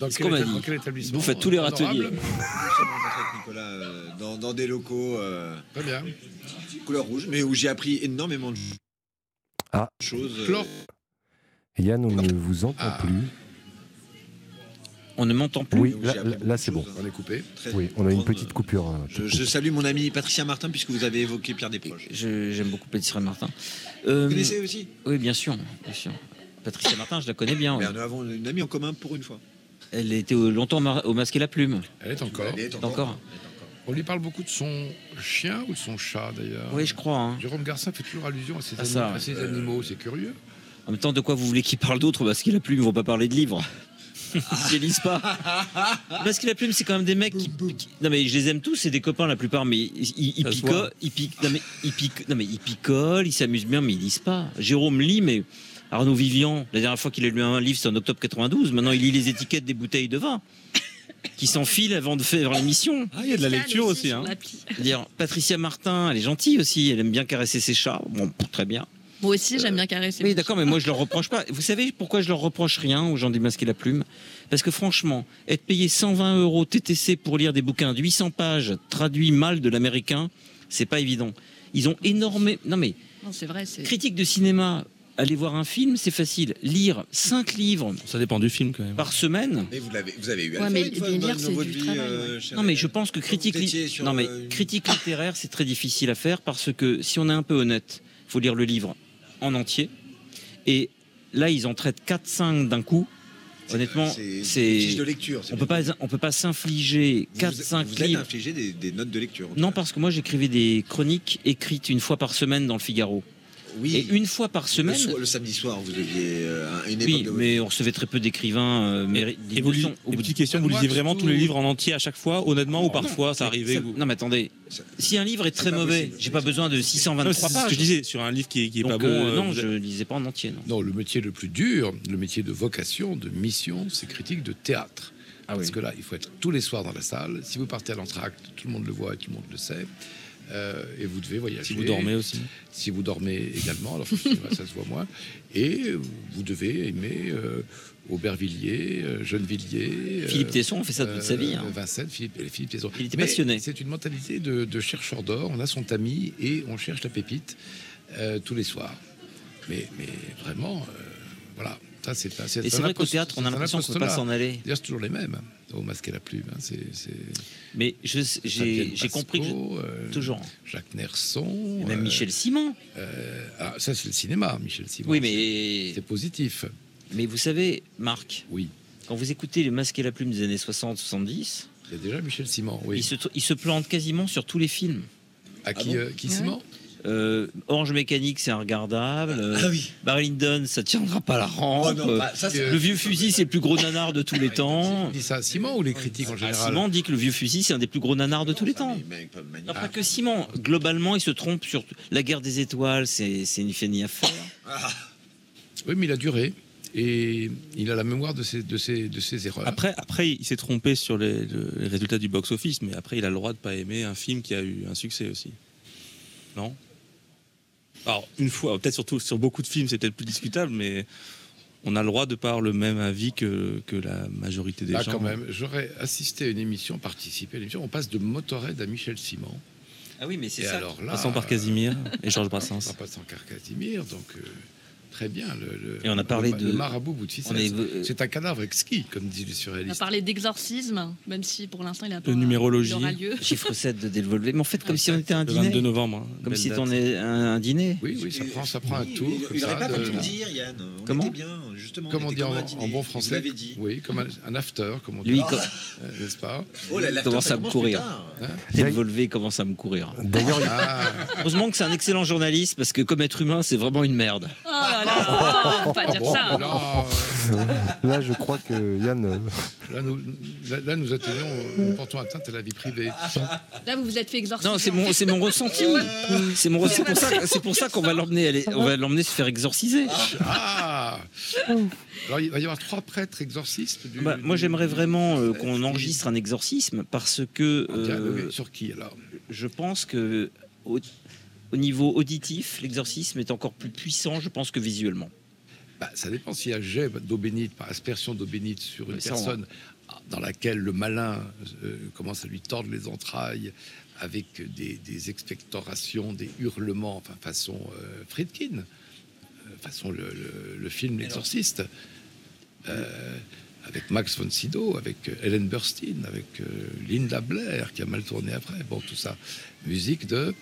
Dans C'est ce quel, qu'on m'a éta- dit. dans quel établissement Vous faites tous les honorable râteliers. Nous sommes rencontrés avec Nicolas euh, dans, dans des locaux euh, Très bien. couleur rouge, mais où j'ai appris énormément de ch- Ah. choses. euh, Chlore. Yann, on ne vous entend Ah. plus. On ne m'entend plus. Oui, où là, j'ai là- appris là, c'est bon. beaucoup de hein, On est coupé. très Oui, on a une grandes, petite euh, coupure. hein. Je, je salue mon ami Patricia Martin puisque vous avez évoqué Pierre Desproges. Je- J'aime beaucoup Patricia Martin. Euh, Vous connaissez aussi oui, bien sûr, bien sûr. Patricia Martin, je la connais bien. Mais Nous avons une amie en commun pour une fois. Elle était au- longtemps mar- au masque et la plume. Elle est encore. Elle est Encore On lui parle beaucoup de son chien ou de son chat d'ailleurs. Oui, je crois. hein. Jérôme Garcin fait toujours allusion à ces, Ah, anim- ça, à ces animaux, c'est curieux. En même temps, de quoi vous voulez qu'il parle d'autre Parce qu'il a plume, ils vont pas parler de livres. Ils les lisent pas. Parce qu'il a plume, c'est quand même des mecs qui, qui- Non mais je les aime tous, c'est des copains la plupart, mais ils, ils- ils Ça se picolent- voit. ils pic- non, mais ils pic- non, mais ils picolent, ils s'amusent bien, mais ils lisent pas. Jérôme lit, mais Arnaud Vivian, la dernière fois qu'il a lu un livre, c'est en octobre 92. Maintenant, il lit les étiquettes des bouteilles de vin qui s'enfilent avant de faire l'émission. Ah, il y a de la lecture aussi. Hein. Dire Patricia Martin, elle est gentille aussi, elle aime bien caresser ses chats. Bon, très bien. Moi aussi, Euh, j'aime bien caresser. Oui, d'accord, mais moi je leur reproche pas. Vous savez pourquoi je leur reproche rien aux gens du masque et la plume Parce que franchement, être payé 120 euros TTC pour lire des bouquins de 800 pages traduits mal de l'américain, c'est pas évident. Ils ont énormément. Non mais Non, c'est vrai. c'est- critique de cinéma, aller voir un film, c'est facile. Lire 5 livres Ça dépend du film quand même. par semaine. Mais vous l'avez, vous avez eu à Ouais, le mais faire une fois les dans lières, c'est votre du vie, travail, euh, chère- Non mais je pense que critique, Vous li- étiez sur, non, mais euh, une- critique littéraire, c'est très difficile à faire parce que si on est un peu honnête, faut lire le livre en entier. Et là, ils en traitent 4-5 d'un coup. Honnêtement, c'est c'est- une fiche de lecture. c'est On peut bien. pas, on peut pas s'infliger Vous- 4-5 Vous êtes livres. infligé des, des notes de lecture. en tout Non, cas. parce que moi j'écrivais des chroniques écrites une fois par semaine dans le Figaro. Oui. Et une fois par le, semaine. soir- le samedi soir, vous aviez euh, une époque Oui, de mais on recevait très peu d'écrivains. euh, mais Et vous, lisez- disons, au et bout petite question, vous Moi, lisez vraiment tous les surtout- livres en entier à chaque fois, honnêtement ou parfois ça arrivait Ça- vous- Non, mais attendez. Ça- Si un livre est très pas mauvais, possible. j'ai pas besoin de Non, c'est 623 c'est ce pages. que je disais sur un livre qui, qui est Donc, pas bon. euh, euh, non, vous- Euh, je lisais pas en entier. Non. Non, le métier le plus dur, le métier de vocation, de mission, c'est critique de théâtre. Ah Parce que là, il faut être tous les soirs dans la salle. Si vous partez à l'entracte, tout le monde le voit et tout le monde le sait. Euh, et vous devez voyager. Si vous dormez aussi. Si vous dormez également, alors que le cinéma, ça se voit moins. Et vous devez aimer euh, Aubervilliers, euh, Gennevilliers. euh, Philippe Tesson, on fait ça toute sa vie. hein. euh, Vincennes, Philippe, et Philippe Tesson. Il était Mais passionné. C'est une mentalité de, de chercheur d'or. On a son tamis et on cherche la pépite euh, tous les soirs. Mais, mais vraiment, euh, voilà. Ça, c'est un- Et c'est un vrai qu'au apost- théâtre, on c'est a un l'impression qu'on peut apostolat. pas s'en aller. D'ailleurs, c'est toujours les mêmes. hein. Au masque et la plume. hein, c'est- c'est- Mais je- j'ai Fabienne j'ai compris que Pasco, euh, je- toujours. Jacques Nerson. Et même euh, Michel Simon. euh, ah, ça, c'est le cinéma, Michel Simon. Oui, C'est mais c'est positif. mais vous savez, Marc, Oui. quand vous écoutez les masques et la plume des années 60-70, Il y a déjà Michel Simon. il Oui. se tr- il se plante quasiment sur tous les films. À qui, bon euh, qui Ah Simon Euh, Orange Mécanique, c'est regardable. Euh, Ah oui. Barry Lyndon, ça tiendra pas la rampe. Oh non, bah, ça, c'est- Euh, le vieux fusil, c'est le plus gros nanar de tous les temps. Dit ça à Simon ou les critiques en Ah, général Simon dit que le vieux fusil, c'est un des plus gros nanars de tous les Ah, temps. mais- mais pas de Non, manière- pas que Simon. Globalement, il se trompe sur la guerre des étoiles, c'est c'est ni fait ni à faire. Ah, Oui, mais il a duré et il a la mémoire de ses, de ses, de ses erreurs. Après, après, il s'est trompé sur les, le- les résultats du box-office, mais après, il a le droit de pas aimer un film qui a eu un succès aussi. Non Alors, une fois, peut-être surtout sur beaucoup de films, c'est peut-être plus discutable, mais on a le droit de pas avoir le même avis que, que la majorité des Là, gens. quand même, j'aurais assisté à une émission, participé à une émission. On passe de Motorhead à Michel Simon. Ah oui, mais c'est Et ça. alors là, Passant par Casimir et Georges Brassens. On passe en Casimir, donc euh, très bien. Le, le- Et on a parlé le, de- le marabout Boutefils. On est- euh, C'est un cadavre exquis, comme disent les On a surréalistes. parlé d'exorcisme, même si pour l'instant il a pas. numérologie. Il aura lieu. Chiffre 7 de Delvolvé. Mais en fait, comme si on était un Le 22 dîner. novembre. hein, Comme belle si date. on était un, un dîner. Oui, oui, ça Ah, il- prend, ça prend un il- tour. Il comme n'aurait ça, pas pu de- le dire, Yann. On Comment était bien, justement. Comme on était dit en, un en dîner. bon Vous français. l'avez dit. Oui, comme un, un after, comme on dit. Lui, il co- Euh, N'est-ce pas Oh là là, Il commence à ça me commence courir. plus tard. Delvolvé commence à me courir. D'ailleurs, il- Ah, Heureusement que c'est un excellent journaliste parce que comme être humain, c'est vraiment une merde. Oh là là, faut pas ah dire bon, ça. hein. là, euh, là, je crois que Yann. euh, Là, nous, là, là, nous atteignons, nous portons atteinte à la vie privée. Là, vous vous êtes fait exorciser. Non, c'est mon, c'est mon ressenti. C'est mon ressenti. C'est pour ça, c'est pour ça qu'on va l'emmener, aller- on va l'emmener se faire exorciser. Ah Alors, il va y avoir trois prêtres exorcistes. Du, Bah, moi, du- j'aimerais vraiment euh, du- qu'on enregistre un exorcisme parce que On dirait, euh, oui, Sur qui alors je pense que au- au niveau auditif, l'exorcisme est encore plus puissant, je pense, que visuellement. Bah, ça dépend s'il y a jet d'eau bénite, par aspersion d'eau bénite sur une Mais ça, on- personne dans laquelle le malin euh, commence à lui tordre les entrailles avec des, des expectorations, des hurlements, enfin, façon euh, Friedkin, euh, façon le, le- le film L'Exorciste, euh, avec Max von Sydow, avec euh, Ellen Burstyn, avec euh, Linda Blair qui a mal tourné après. Bon, tout ça. Musique de,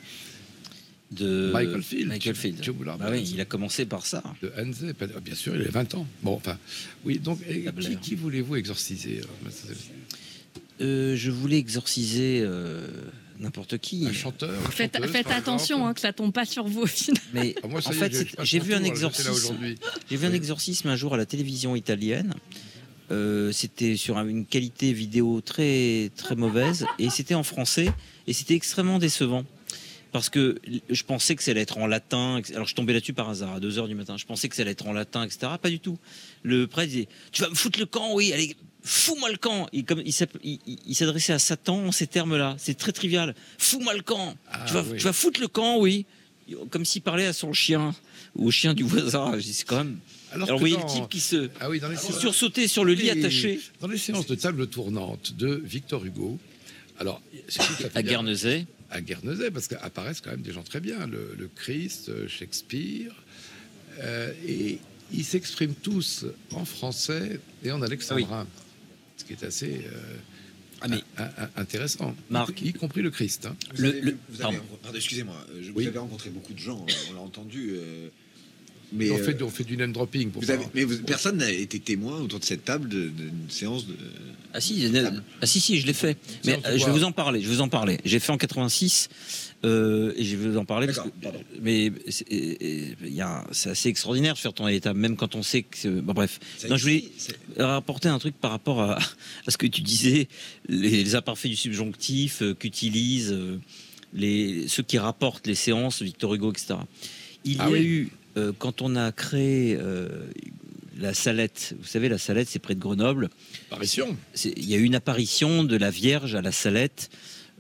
De Michael Field. Michael Field. Tubular Bah oui, Bells. il a commencé par ça. de Hanze. pas- ah, Bien sûr, il a 20 ans. Bon, enfin, oui, donc, et La qui, Blair. qui voulez-vous exorciser euh, mademoiselle Euh, je voulais exorciser euh, n'importe qui. Un chanteur une Faites, chanteuse, faites par attention exemple hein, que ça tombe pas sur vous au final. Mais Ah, moi, ça en y est, fait, j'ai- c'est- je passe j'ai mon vu un tour, là, j'étais là exorcisme. aujourd'hui. J'ai vu un Oui. exorcisme un jour à la télévision italienne. Euh, c'était sur un- une qualité vidéo très très mauvaise et c'était en français et c'était extrêmement décevant parce que l- je pensais que ça allait être en latin. ex- Alors je tombais là-dessus par hasard à 2 heures du matin. Je pensais que ça allait être en latin, etc. Pas du tout. Le prêtre disait "Tu vas me foutre le camp, oui, allez." Fous-moi le camp Et comme Il s'app- il- il- il s'adressait à Satan en ces termes-là. C'est très trivial. Fous-moi le camp Ah, tu, vas, oui. tu vas foutre le camp, oui Comme s'il parlait à son chien ou au chien du voisin. Je dis, C'est quand même Alors, alors, que vous voyez dans- le type qui se Ah oui, dans les qui séances- sursautait sur le lit Oui, attaché Dans les séances de table tournante de Victor Hugo, alors, c'est tout à fait à bien- Guernesey. à Guernesey, parce qu'apparaissent quand même des gens très bien, le, le Christ, euh, Shakespeare, euh, et ils s'expriment tous en français et en alexandrin, ce qui est assez euh, Ah, mais- in- in- intéressant, Marc. y compris le Christ. hein. Vous Le- avez, le- vu- vous avez- pardon. pardon, excusez-moi, euh, je- vous Oui. avez rencontré beaucoup de gens, euh, on l'a entendu. euh, mais on, euh, fait, on fait du name dropping pour vous avez- pas- mais vous- personne n'a été témoin autour de cette table de- de- d'une séance de. Ah si, euh, ah, si, si, je l'ai fait. Mais Séance de euh, je vais quoi vous en parler. Je vais vous en parler. J'ai fait en 86 euh, et je vais vous en parler. Parce que, D'accord, pardon. mais c'est et- et- il y a- c'est assez extraordinaire de faire tourner les tables, même quand on sait que. c'est- Bon, bref. Ça Non, je voulais- existe, c'est- euh, rapporter un truc par rapport à, à ce que tu disais, les, les imparfaits du subjonctif euh, qu'utilisent euh, les, ceux qui rapportent les séances, Victor Hugo, etc. Il Ah y a oui. eu, euh, quand on a créé euh, la Salette, vous savez, la Salette, c'est près de Grenoble, apparition. c'est- il y a eu une apparition de la Vierge à la Salette,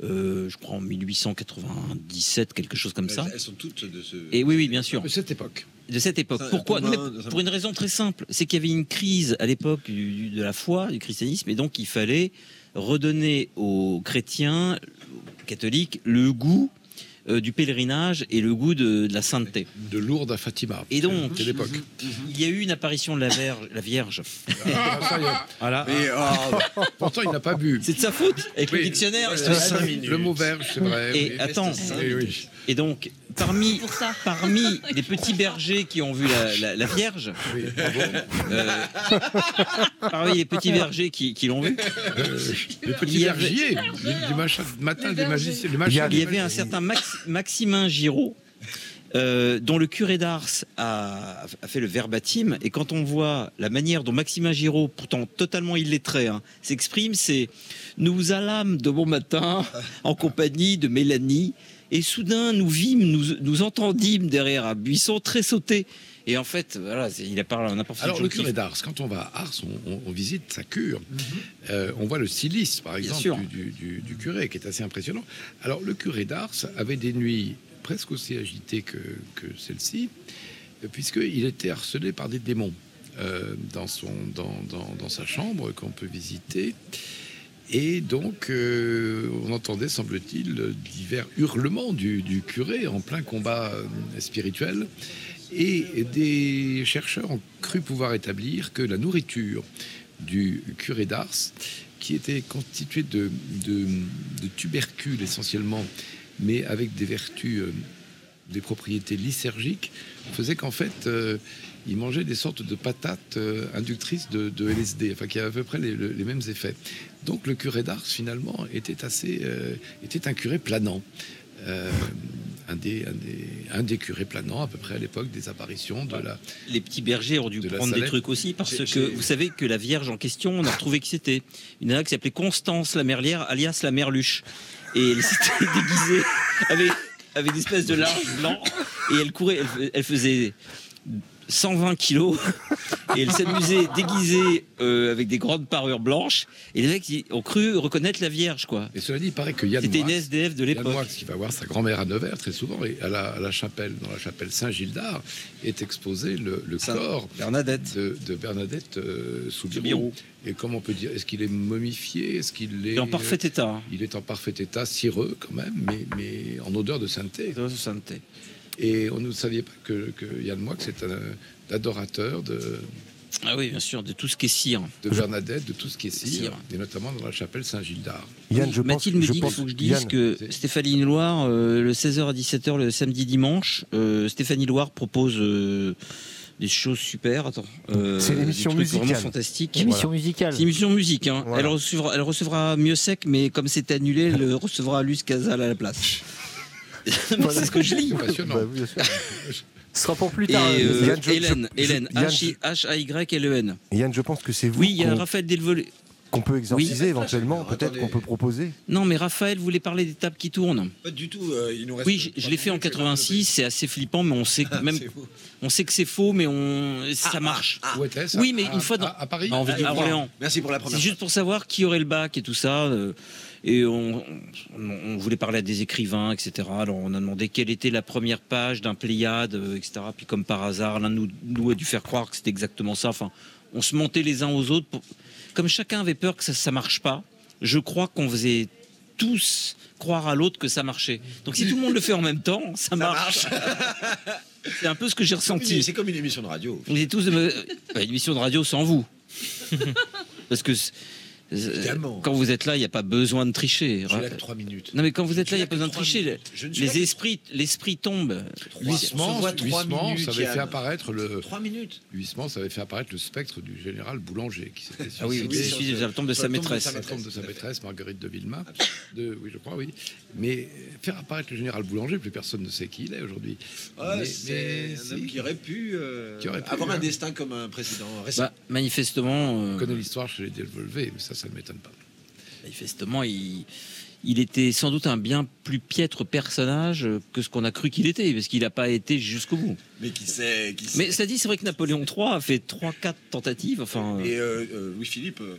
euh, je crois en 1897, quelque chose comme ça. Elles sont toutes de ce. Et oui, oui, bien sûr De cette époque. de cette époque. Ça, Pourquoi pour Non, mais moi, ça me- Pour une raison très simple, c'est qu'il y avait une crise à l'époque du- du- de la foi, du christianisme, et donc il fallait redonner aux chrétiens, aux catholiques, le goût euh, du pèlerinage et le goût de, de la sainteté. De Lourdes à Fatima. Et donc- C'est l'époque. Il y a eu une apparition de la, Verge- la Vierge. Ah, ça y est. Voilà. Mais, oh, Pourtant, il n'a pas bu. C'est de sa faute avec le Oui. dictionnaire. Le mot verge, c'est vrai. Et oui. attends. Oui, oui. Et donc, parmi, Pour ça. parmi les petits bergers qui ont vu la, la- la Vierge, Oui, bravo. euh, parmi les petits bergers qui, qui l'ont vue, Le Il petit y avait- vergier du, du machin- matin des magiciens. du machin Il y des avait un magiciens. certain Max- Maximin Giraud, euh, dont le curé d'Ars a, a fait le verbatim. Et quand on voit la manière dont Maximin Giraud, pourtant totalement illettré, hein, s'exprime, c'est Nous allâmes de bon matin en compagnie de Mélanie. Et soudain, nous vîmes, nous, nous entendîmes derrière un buisson très sauté. Et en fait, voilà, c'est- il a parlé en n'importe Alors, quel le jour qui- curé d'Ars, quand on va à Ars, on, on- on visite sa cure. Euh, on voit le cilice, par sûr. exemple, du, du- du- du curé, qui est assez impressionnant. Alors, le curé d'Ars avait des nuits presque aussi agitées que, que celle-ci, euh, puisqu'il était harcelé par des démons euh, dans, son, dans, dans- dans sa chambre qu'on peut visiter. Et donc, euh, on entendait, semble-t-il, divers hurlements du, du curé en plein combat euh, spirituel. Et des chercheurs ont cru pouvoir établir que la nourriture du curé d'Ars, qui était constituée de, de- de tubercules essentiellement, mais avec des vertus, euh, des propriétés lysergiques, faisait qu'en fait, euh, il mangeait des sortes de patates euh, inductrices de, de LSD, enfin qui avaient à peu près les, les mêmes effets. Donc le curé d'Ars, finalement, était, assez, euh, était un curé planant. Euh, un des, un, des, un des curés planants à peu près à l'époque des apparitions de la... Les petits bergers ont dû De la prendre des salette. trucs aussi parce J'ai- que j'ai- vous savez que la Vierge en question, on a retrouvé qui c'était. Une nana qui s'appelait Constance la Merlière, alias la Merluche. Et elle s'était déguisée avec, avec une espèce de large blanc et elle courait, elle, elle faisait 120 kilos et elle s'amusait déguisée euh, avec des grandes parures blanches. Et les mecs ils ont cru reconnaître la Vierge, quoi. Et cela dit, il paraît que Yann C'était une Moix- SDF de Yann l'époque. Moix, qui va voir sa grand-mère à Nevers très souvent, et à la, à la chapelle, dans la chapelle Saint-Gildard, est exposé le, le Saint- corps Bernadette. de, de Bernadette euh, Soubirous. Soubirous. Et comme on peut dire, est-ce qu'il est momifié Est-ce qu'il est. euh, Et en parfait état. hein. Il est en parfait état, cireux quand même, mais, mais en odeur de sainteté. De sainteté. Et on ne savait pas que, que Yann Moix est un adorateur de, Ah oui, bien sûr, de tout ce qui est cire. de Bernadette, de tout ce qui est Cire. cire, et notamment dans la chapelle Saint-Gildard. Yann, je pense, Mathilde me je dit qu'il pense- faut que je dise Yann, que c'est- Stéphanie Loire, euh, le 16h à 17h, le samedi dimanche, euh, Stéphanie Loire propose euh, des choses super. Attends, euh, C'est l'émission des trucs musicale. vraiment fantastique. Émission musicale. C'est une émission musique. hein. Voilà. Elle, recevra, elle recevra mieux sec, mais comme c'est annulé, elle euh, recevra Luce Casal à la place. Mais c'est ce que je lis. C'est passionnant. Bah oui, bien sûr. Ce sera pour plus Et tard. euh, euh, Yann, je- Hélène, je- Hélène, Yann, H- H-A-Y-L-E-N. Yann, je pense que c'est vous E Oui, il y a qu'on- Raphaël Delvolé. qu'on peut exorciser Oui. éventuellement, Alors, peut-être attendez. qu'on peut proposer. Non, mais Raphaël voulait parler des tables qui tournent. Pas du tout. euh, il nous reste Oui, je, je l'ai fait en 86, c'est assez flippant, mais on sait, que- même, on sait que c'est faux, mais on, ça marche. Où était ça Oui, mais une À- fois dans- à, à Paris. Non, en ville de ah. à Rouen. Orléans. Merci pour la C'est première. juste pour savoir qui aurait le bac et tout ça. euh, Et on, on- on voulait parler à des écrivains, etc. Alors on a demandé quelle était la première page d'un Pléiade, euh, etc. Puis comme par hasard, l'un de nous, nous a dû faire croire que c'était exactement ça. Enfin, on se mentait les uns aux autres. pour- Comme chacun avait peur que ça, ça marche pas, je crois qu'on faisait tous croire à l'autre que ça marchait. Donc si tout le monde le fait en même temps, ça, marche. C'est un peu ce que j'ai C'est comme une- ressenti. C'est comme une émission de radio. Vous êtes tous de me... Bah, une émission de radio sans vous. Parce que c- Évidemment. quand vous êtes là, il n'y a pas besoin de tricher. Je l'ai que 3 minutes. Non mais quand vous êtes là, il n'y a pas Je besoin suis là de que trois tricher. minutes. Je ne suis là que- Les esprits, l'esprit tombe. On se Huisman, voit trois Huisman, minutes, ça avait Yann. fait apparaître le 3 minutes. Huisman, ça avait fait apparaître le spectre du général Boulanger qui s'était Ah oui, suicidé il sur- suffit de la tombe de sur sa la tombe de maîtresse. sur la tombe de sa Tout à fait. maîtresse Marguerite de Vilma, de, oui je crois oui. Mais euh, faire apparaître le général Boulanger, plus personne ne sait qui il est aujourd'hui. Ah, Mais- c'est mais un si. homme qui aurait pu, euh, Qui aurait pu, avoir un hein. destin comme un président récent. Bah, manifestement, euh, On connaît l'histoire chez les Delvolvé, mais ça ça ne m'étonne pas. manifestement, il, il était sans doute un bien plus piètre personnage que ce qu'on a cru qu'il était, parce qu'il n'a pas été jusqu'au bout. mais qui sait, qui sait. Mais ça dit, c'est vrai que Napoléon III a fait 3-4 tentatives, enfin, euh, Et euh, euh, Louis-Philippe. euh,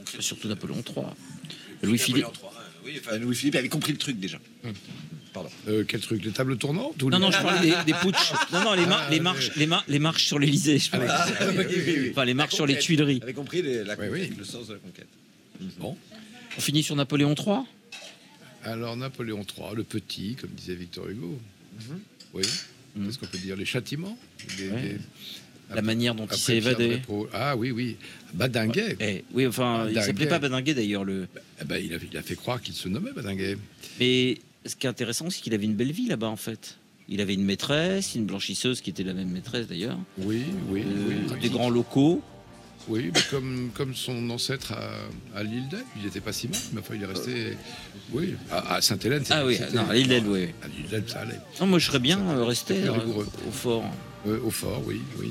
concret- surtout Napoléon III. Louis-Philippe, Napoléon III, euh, Oui, enfin, Louis-Philippe avait compris le truc déjà. Hmm. Euh, quel truc, les tables tournantes ou Non, les- non, je parlais des, des putsch. Non, non, les, mar- Ah, les oui. marches, les, mar- les marches sur l'Elysée, je parlais. Ah, oui, oui, oui, oui. Enfin, les marches La sur les conquête. Tuileries. avait compris les- la Oui, conquête, oui. le sens de la conquête. Bon. On finit sur Napoléon III Alors Napoléon III, le petit, comme disait Victor Hugo. Oui. Mhm. Qu'est-ce qu'on peut dire Les châtiments Les- Ouais. les- La manière dont il Ah, Après s'est Pierre évadé. Drapeau. Ah oui, oui. Badinguet. Eh, oui, enfin, il Badinguet. s'appelait pas Badinguet d'ailleurs. Le... Eh ben, il, a, il a fait croire qu'il se nommait Badinguet. Mais ce qui est intéressant, c'est qu'il avait une belle vie là-bas en fait. Il avait une maîtresse, une blanchisseuse qui était la même maîtresse d'ailleurs, Oui, oui, euh, oui. des grands locaux. Oui, mais comme, comme son ancêtre à, à l'île d'Elbe, il n'était pas si mal, mais enfin, il est resté. Oui, à, à Sainte-Hélène. c'était- Euh. Ah oui, c'était- non, l'île d'Elbe, oui. oui. À l'île d'Elbe, ça allait. Non, moi je serais bien euh, resté plus euh, rigoureux. au fort. Euh, au fort, oui, oui.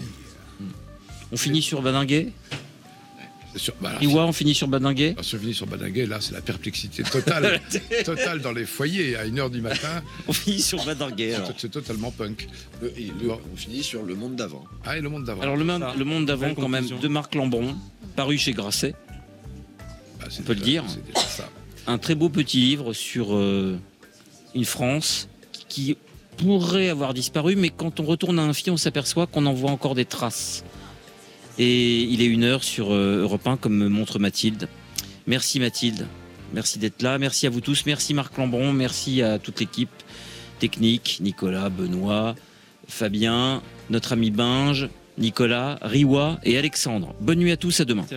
On finit sur Badinguet C'est Sur, bah, alors, Iwa, on finit sur Badinguet alors, si on finit sur Badinguet, là, c'est la perplexité totale, totale dans les foyers à 1h du matin. On finit sur Badinguet C'est alors. c'est totalement punk. Le- et le- on finit sur le monde d'avant. Ah, et le monde d'avant. Alors le, monde- le monde d'avant Belle quand même conclusion. de Marc Lambron, paru chez Grasset, Ah, c'est on peut le déjà- dire. C'est déjà ça. un très beau petit livre sur euh, une France qui pourrait avoir disparu, mais quand on retourne à un film, on s'aperçoit qu'on en voit encore des traces. Et il est une heure sur euh, Europe 1, comme me montre Mathilde. Merci Mathilde, merci d'être là, merci à vous tous, merci Marc Lambron, merci à toute l'équipe technique, Nicolas, Benoît, Fabien, notre ami Binge, Nicolas, Riwa et Alexandre. Bonne nuit à tous, à demain.